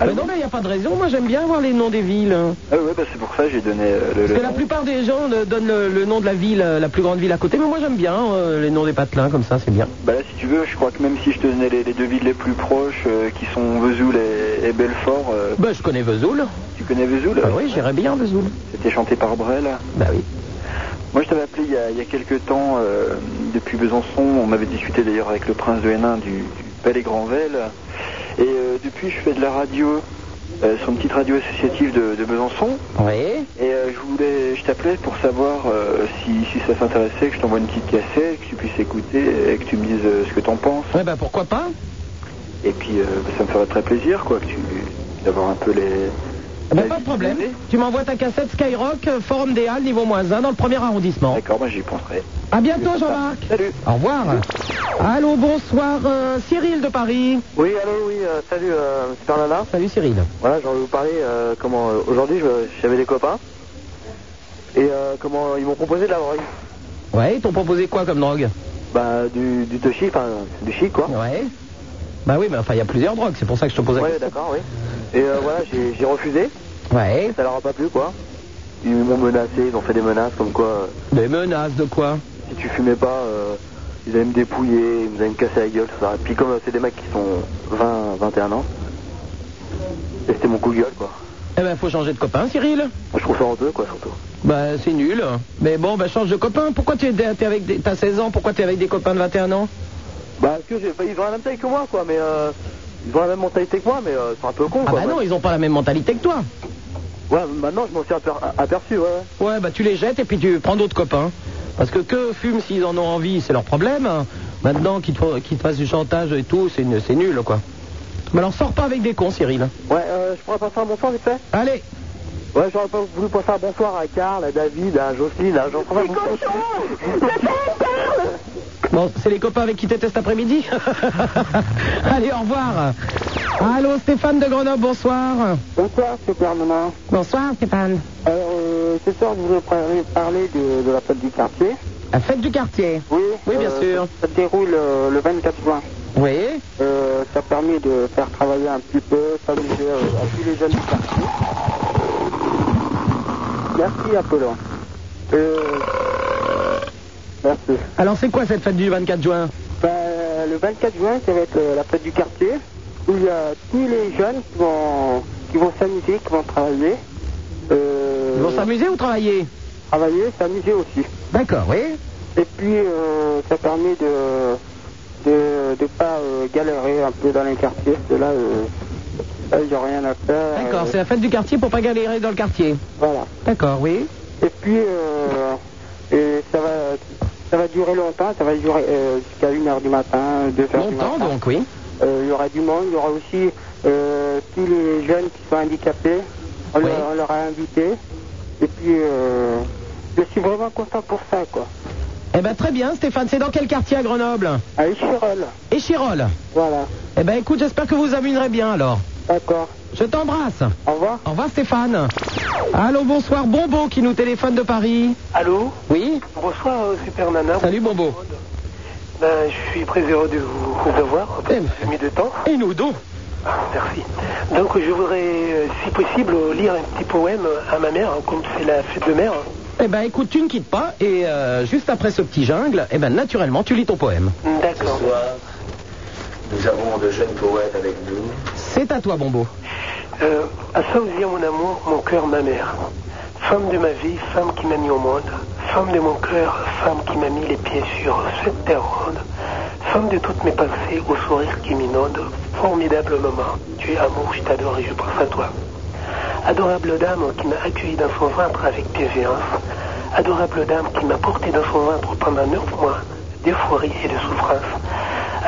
Mais Euh, non, mais il n'y a pas de raison, moi j'aime bien avoir les noms des villes.
Ah ouais, bah, c'est pour ça que j'ai donné euh, le.
Parce
le
que la plupart des gens euh, donnent le, le nom de la ville, euh, la plus grande ville à côté, mais moi j'aime bien euh, les noms des patelins, comme ça c'est bien.
Bah là, si tu veux, je crois que même si je te donnais les, les deux villes les plus proches, euh, qui sont Vesoul et, et Belfort, euh,
Bah, je connais Vesoul.
tu connais Vesoul
Bah oui, j'irais bien Vesoul.
C'était chanté par Brel.
Bah oui.
Moi, je t'avais appelé il y a, il y a quelques temps, euh, depuis Besançon. On avait discuté d'ailleurs avec le prince de Hénin du, du Palais Granvel. Et euh, depuis, je fais de la radio euh, sur une petite radio associative de, de Besançon.
Oui.
Et euh, je voulais, je t'appelais pour savoir euh, si, si ça s'intéressait, que je t'envoie une petite cassette, que tu puisses écouter et que tu me dises euh, ce que t'en penses.
Ouais, bah pourquoi pas
Et puis, euh, ça me ferait très plaisir, quoi, que tu d'avoir un peu les.
Bah, pas de problème. Tu m'envoies ta cassette Skyrock, euh, Forum des Halles, niveau moins 1, dans le premier arrondissement.
D'accord, moi j'y penserai.
À bientôt, Jean-Marc.
Salut.
Au revoir. Allô, bonsoir, euh, Cyril de Paris.
Oui, allô, oui, euh, salut, euh, super Nana.
Salut, Cyril.
Voilà, j'ai envie de vous parler, euh, comment, euh, aujourd'hui, je- j'avais des copains, et euh, comment, ils m'ont proposé de la drogue.
Ouais, ils t'ont proposé quoi comme drogue
Bah, du, du toshi, enfin, du chic, quoi.
Ouais. Bah oui, mais enfin, il y a plusieurs drogues, c'est pour ça que je te posais la
Ouais,
question.
d'accord, oui. Et euh, voilà, j'ai j'ai refusé,
Ouais.
ça leur a pas plu, quoi. Ils m'ont menacé, ils ont fait des menaces, comme quoi, euh,
Des menaces de quoi
si tu fumais pas, euh, ils allaient me dépouiller, ils allaient me casser la gueule, tout ça. Et puis comme euh, c'est des mecs qui sont 20, 21 ans, et c'était mon coup de gueule, quoi.
Eh ben, faut changer de copain, Cyril.
Je trouve ça honteux, quoi, surtout.
Bah, c'est nul. Mais bon, bah, change de copain. Pourquoi tu es, t'es avec des... T'as 16 ans, pourquoi t'es avec des copains de 21 ans
Bah, parce que j'ai- ils ont la même taille que moi, quoi, mais euh, ils ont la même mentalité que moi, mais euh, ils sont un peu cons,
Ah
quoi.
bah non, ils ont pas la même mentalité que toi.
Ouais, maintenant je m'en suis aper- aperçu, ouais. ouais.
Ouais, bah tu les jettes et puis tu prends d'autres copains. Parce que que fument s'ils en ont envie, c'est leur problème. Maintenant qu'ils te, font- qu'ils te fassent du chantage et tout, c'est nu- c'est nul quoi. Mais alors sors pas avec des cons, Cyril.
Ouais, euh, je pourrais passer un bonsoir, vite fait
Allez
Ouais, j'aurais pas voulu passer un bonsoir à Karl, à David, à Jocelyne, à Jean-François.
Bon, c'est les copains avec qui t'étais cet après-midi Allez, au revoir Allô, Stéphane de Grenoble, bonsoir
Bonsoir, super maman.
Bonsoir, Stéphane.
Alors, euh, ce soir, je voulais parler, parler de, de la fête du quartier.
La fête du quartier
Oui,
Oui, bien
euh,
sûr.
Ça se déroule euh, le 24 juin.
Oui
Euh, ça permet de faire travailler un petit peu, s'amuser euh, à tous les jeunes du quartier. Merci, Apollon. Euh, merci.
Alors c'est quoi cette fête du 24 juin
Ben, le 24 juin, ça va être euh, la fête du quartier, où il y a tous les jeunes qui vont, qui vont s'amuser, qui vont travailler. Euh,
Ils vont s'amuser ou travailler
travailler, s'amuser aussi.
D'accord, oui
Et puis, euh, ça permet de de, de pas euh, galérer un peu dans les quartiers, parce que là, euh, là, ils ont rien à faire.
D'accord,
euh,
c'est la fête du quartier pour pas galérer dans le quartier.
Voilà.
D'accord, oui
Et puis, euh, et ça va ça va durer longtemps, ça va durer euh, jusqu'à 1h du matin, 2h du matin.
Longtemps donc, oui.
Euh, il y aura du monde, il y aura aussi euh, tous les jeunes qui sont handicapés, on,
Oui.
leur, on leur a invité. Et puis, euh, je suis vraiment content pour ça, quoi.
Eh ben très bien Stéphane, c'est dans quel quartier à Grenoble
Allez, Chirol,
Et Chirol
voilà,
Eh ben écoute, j'espère que vous amuserez bien alors.
d'accord.
Je t'embrasse.
Au revoir.
Au revoir Stéphane. Allô, bonsoir Bombo qui nous téléphone de Paris.
Allô
Oui
Bonsoir, euh, Super Nana.
Salut Bombo.
Ben, je suis très heureux de vous de voir.
Eh,
J'ai mis de temps.
Et nous donc
Ah, Merci. Donc, je voudrais, euh, si possible, euh, lire un petit poème à ma mère, hein, comme c'est la fête de mère.
Eh ben écoute, tu ne quittes pas et euh, juste après ce petit jungle, eh ben naturellement tu lis ton poème.
D'accord.
Nous avons de jeunes poètes avec nous.
C'est à toi Bombo.
Euh, à Saouzia, mon amour, mon cœur, ma mère. Femme de ma vie, femme qui m'a mis au monde. Femme de mon cœur, femme qui m'a mis les pieds sur cette terre ronde. Femme de toutes mes pensées, au sourire qui m'inonde. Formidable maman, tu es amour, je t'adore et je pense à toi. Adorable dame qui m'a accueilli dans son ventre avec bienveillance. Adorable dame qui m'a porté dans son ventre pendant neuf mois d'euphorie et de souffrance.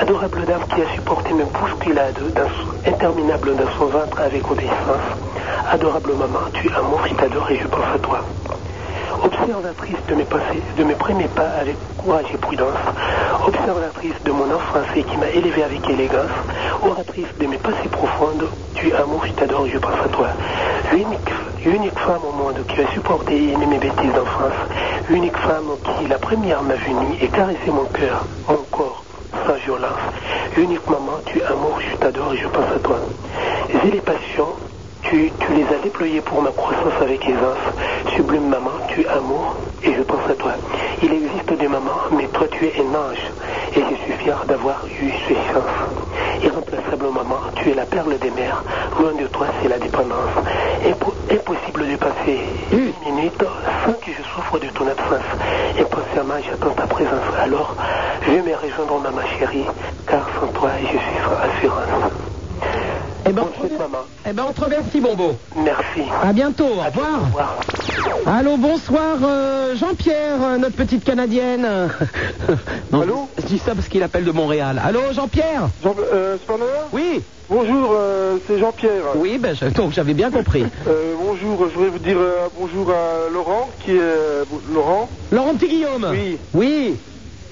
Adorable dame qui a supporté mes bousculades dans son- interminables dans son ventre avec obéissance. Adorable maman, tu es amour, je t'adore et je pense à toi. Observatrice de mes pensées, de mes premiers pas avec courage et prudence. Observatrice de mon enfance et qui m'a élevé avec élégance. Oratrice de mes pensées profondes. Tu es amour, je t'adore, je pense à toi. Unique, unique femme au monde qui a supporté et aimé mes bêtises d'enfance. Unique femme qui, la première, m'a vu nue et caressé mon cœur, mon corps, sans violence. Unique maman, tu es amour, je t'adore et je pense à toi. J'ai les passions tu, tu les as déployés pour ma croissance avec aisance. Sublime maman, tu es amour et je pense à toi. Il existe des mamans, mais toi tu es un ange et je suis fier d'avoir eu ces chances. Irremplaçable maman, tu es la perle des mers. Loin de toi, c'est la dépendance. Impo- Impossible de passer une minute sans que je souffre de ton absence. Inconsciemment, j'attends ta présence. Alors, je vais me rejoindre ma chérie, car sans toi, je suis sans assurance.
Eh ben, on traverse- eh ben, on traverse Sibombo.
Merci.
À bientôt. Au revoir. Allô, bonsoir, euh, Jean-Pierre, euh, notre petite Canadienne. Allô Je dis ça parce qu'il appelle de Montréal. Allô, Jean-Pierre
Jean, euh, Spanner
Oui.
Bonjour, euh, c'est Jean-Pierre.
Oui, ben, je- donc j'avais bien compris.
Euh, bonjour, je voudrais vous dire euh, bonjour à Laurent, qui est. euh, Laurent
Laurent Petit Guillaume
Oui.
Oui.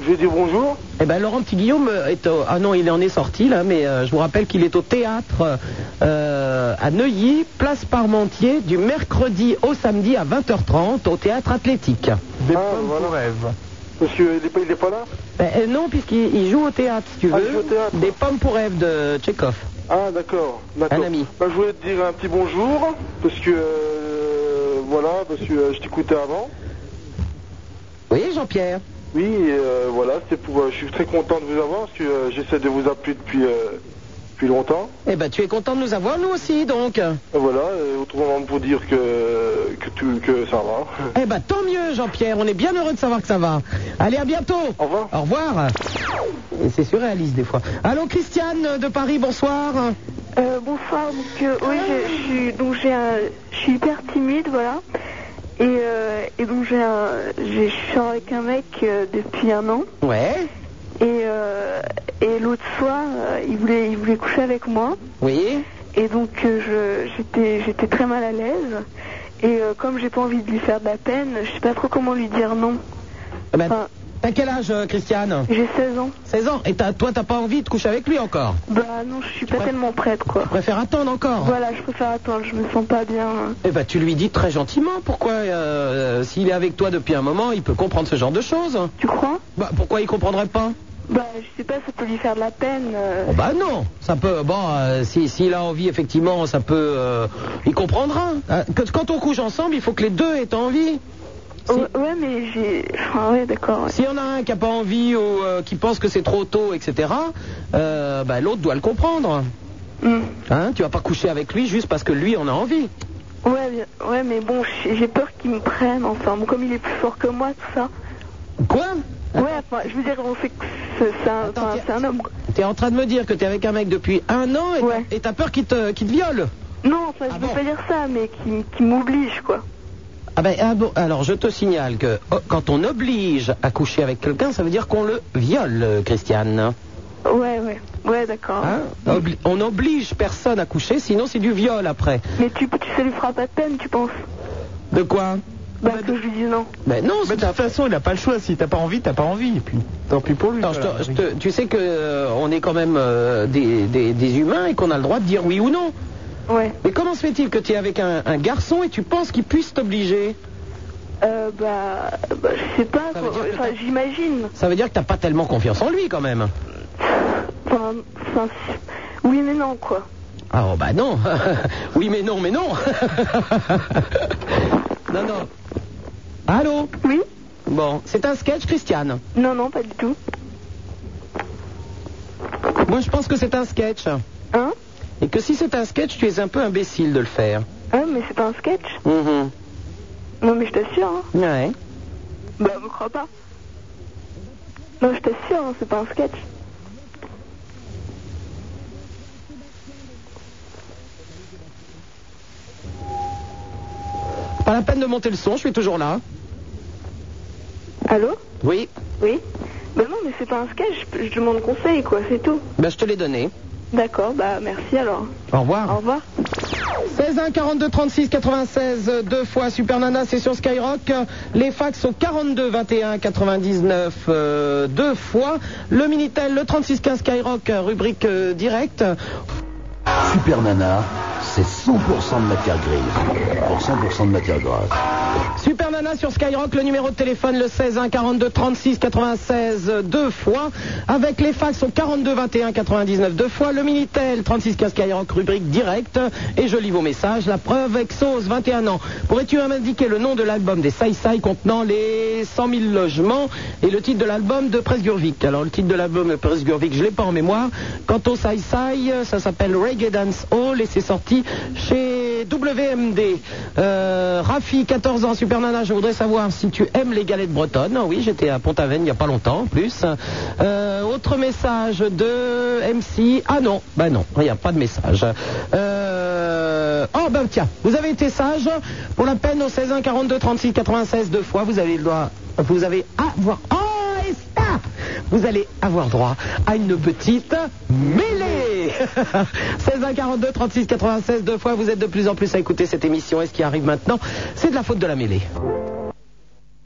Je vais dire bonjour.
Eh ben, Laurent Petit Guillaume est au... Ah non, il en est sorti, là, mais euh, je vous rappelle qu'il est au théâtre euh, à Neuilly, place Parmentier, du mercredi au samedi à 20h30, au théâtre athlétique.
Des pommes pour Ève. Parce qu'il n'est pas, Ah, il est pas là
Ben, euh, non, puisqu'il il joue au théâtre, si tu veux.
Ah, il joue au théâtre.
Des pommes pour rêve de Tchekhov.
Ah, d'accord. d'accord.
Un ami.
Bah, je voulais te dire un petit bonjour, parce que. euh, voilà, parce que euh, je t'écoutais avant.
Oui, Jean-Pierre.
Oui, et, euh, voilà, c'est pour. euh, je suis très content de vous avoir, parce que euh, j'essaie de vous appeler depuis, euh, depuis longtemps.
Eh ben, tu es content de nous avoir, nous aussi, donc. Eh
Et voilà, euh, autrement pour dire que, que, tout, que ça va.
Eh ben, tant mieux, Jean-Pierre. On est bien heureux de savoir que ça va. Allez, à bientôt. Au revoir. Au revoir. Et c'est surréaliste, des fois. Allô, Christiane euh, de Paris, bonsoir.
Euh, bonsoir, donc euh, oui, je- je suis donc j'ai un- je suis hyper timide, voilà. Et, euh, et donc j'ai un, j'ai- je suis avec un mec euh, depuis un an.
Ouais.
Et, euh, et l'autre soir, euh, il voulait il voulait coucher avec moi.
Oui.
Et donc euh, je j'étais j'étais très mal à l'aise. Et euh, comme j'ai pas envie de lui faire de la peine, je sais pas trop comment lui dire non.
Eh ben, t'as quel âge, euh, Christiane
Ah. J'ai 16 ans.
16 ans. Et t'as- toi, t'as pas envie de coucher avec lui encore
Bah non, je suis pas tellement prête quoi. Je
préfère attendre encore.
Voilà, je préfère attendre, je me sens pas bien.
Eh ben, tu lui dis très gentiment pourquoi, euh, s'il est avec toi depuis un moment, il peut comprendre ce genre de choses.
Tu crois
Bah, pourquoi il comprendrait pas
Bah, je sais pas, ça peut lui faire de la peine. euh,
Oh, Bah non, ça peut. Bon, euh, si- s'il a envie, effectivement, ça peut. euh, il comprendra. Euh, Quand, quand on couche ensemble, il faut que les deux aient envie.
Ouais, ouais, mais j'ai. Enfin, ouais, d'accord. ouais.
S'il y en a un qui n'a pas envie ou euh, qui pense que c'est trop tôt, etc., euh, bah, l'autre doit le comprendre. Hein, tu vas pas coucher avec lui juste parce que lui en a envie.
Ouais, bien- ouais, mais bon, j'ai j'ai peur qu'il me prenne, enfin, bon, comme il est plus fort que moi, tout ça.
Quoi
Ouais, enfin, je veux dire, on fait que c'est c'est un, enfin, c'est un homme. quoi.
T'es en train de me dire que t'es avec un mec depuis un an et t'as- et t'as peur qu'il te, qu'il te viole
Non, enfin, je veux pas dire ça, mais qui qui m'oblige, quoi.
Ah ben, ah bon, alors je te signale que oh, quand on oblige à coucher avec quelqu'un, ça veut dire qu'on le viole, euh, Christiane.
Ouais, ouais, ouais, d'accord.
Obli- on oblige personne à coucher, sinon c'est du viol après.
Mais tu, tu, ça lui fera pas de peine, tu penses
De quoi
Bah, que je lui dis non.
Mais non,
de toute façon, il n'a pas le choix. Si t'as pas envie, t'as pas envie. Et puis, tant pis pour lui.
Alors, je te- je te- tu sais que euh, on est quand même euh, des, des- des humains et qu'on a le droit de dire oui ou non.
Ouais.
Mais comment se fait-il que tu es avec un, un garçon et tu penses qu'il puisse t'obliger
Euh, bah, bah, je sais pas, quoi. Enfin, j'imagine.
Ça veut dire que t'as pas tellement confiance en lui quand même.
Enfin, enfin, oui, mais non, quoi.
Ah oh, bah non. oui mais non mais non. non non. Allô.
Oui.
Bon, c'est un sketch, Christiane.
Non, non, pas du tout.
Moi, je pense que c'est un sketch.
Hein
Et que si c'est un sketch, tu es un peu imbécile de le faire.
Ah, mais c'est pas un sketch
Mhm.
Non, mais je t'assure, hein.
Ouais.
Bah, me crois pas. Non, je t'assure, hein, c'est pas un sketch.
Pas la peine de monter le son, je suis toujours là.
Allô
Oui.
Oui Bah non, mais c'est pas un sketch, je, je demande conseil, quoi, c'est tout.
Ben, je te l'ai donné.
D'accord, bah merci alors.
Au revoir.
Au revoir.
16 1 42 36 96 euh, deux fois Super Nana c'est sur Skyrock Euh, les fax au 42 21 99 euh, deux fois le minitel le 36 15 Skyrock euh, rubrique euh, direct
Super Nana, c'est 100% de matière grise pour 100% de matière grasse.
Super Nana sur Skyrock, le numéro de téléphone le 16 1 42 36 96 euh, deux fois, avec les fax au 42 21 99 deux fois, le Minitel 36 15 Skyrock rubrique direct, et je lis vos messages, la preuve Exos 21 ans. Pourrais-tu m'indiquer le nom de l'album des Sai Sai contenant les 100 000 logements et le titre de l'album de Presgurvic Alors le titre de l'album de Presgurvic, je l'ai pas en mémoire. Quant au Sai Sai, euh, ça s'appelle Reggae Dance Hall et c'est sorti chez WMD. Euh, Rafi, 14 ans, Super Nana, je voudrais savoir si tu aimes les galettes bretonnes. Oui, j'étais à Pont-Aven il n'y a pas longtemps, en plus. Euh, autre message de MC. Ah non, bah non, il n'y a pas de message. Euh, oh, ben tiens, vous avez été sage. Pour la peine, au 16 1 42 36 96 deux fois, vous avez le droit... Vous avez... Ah, voir... Oh, Esther vous allez avoir droit à une petite mêlée. 16 1 42 36 96 deux fois, vous êtes de plus en plus à écouter cette émission. Et ce qui arrive maintenant, c'est de la faute de la mêlée.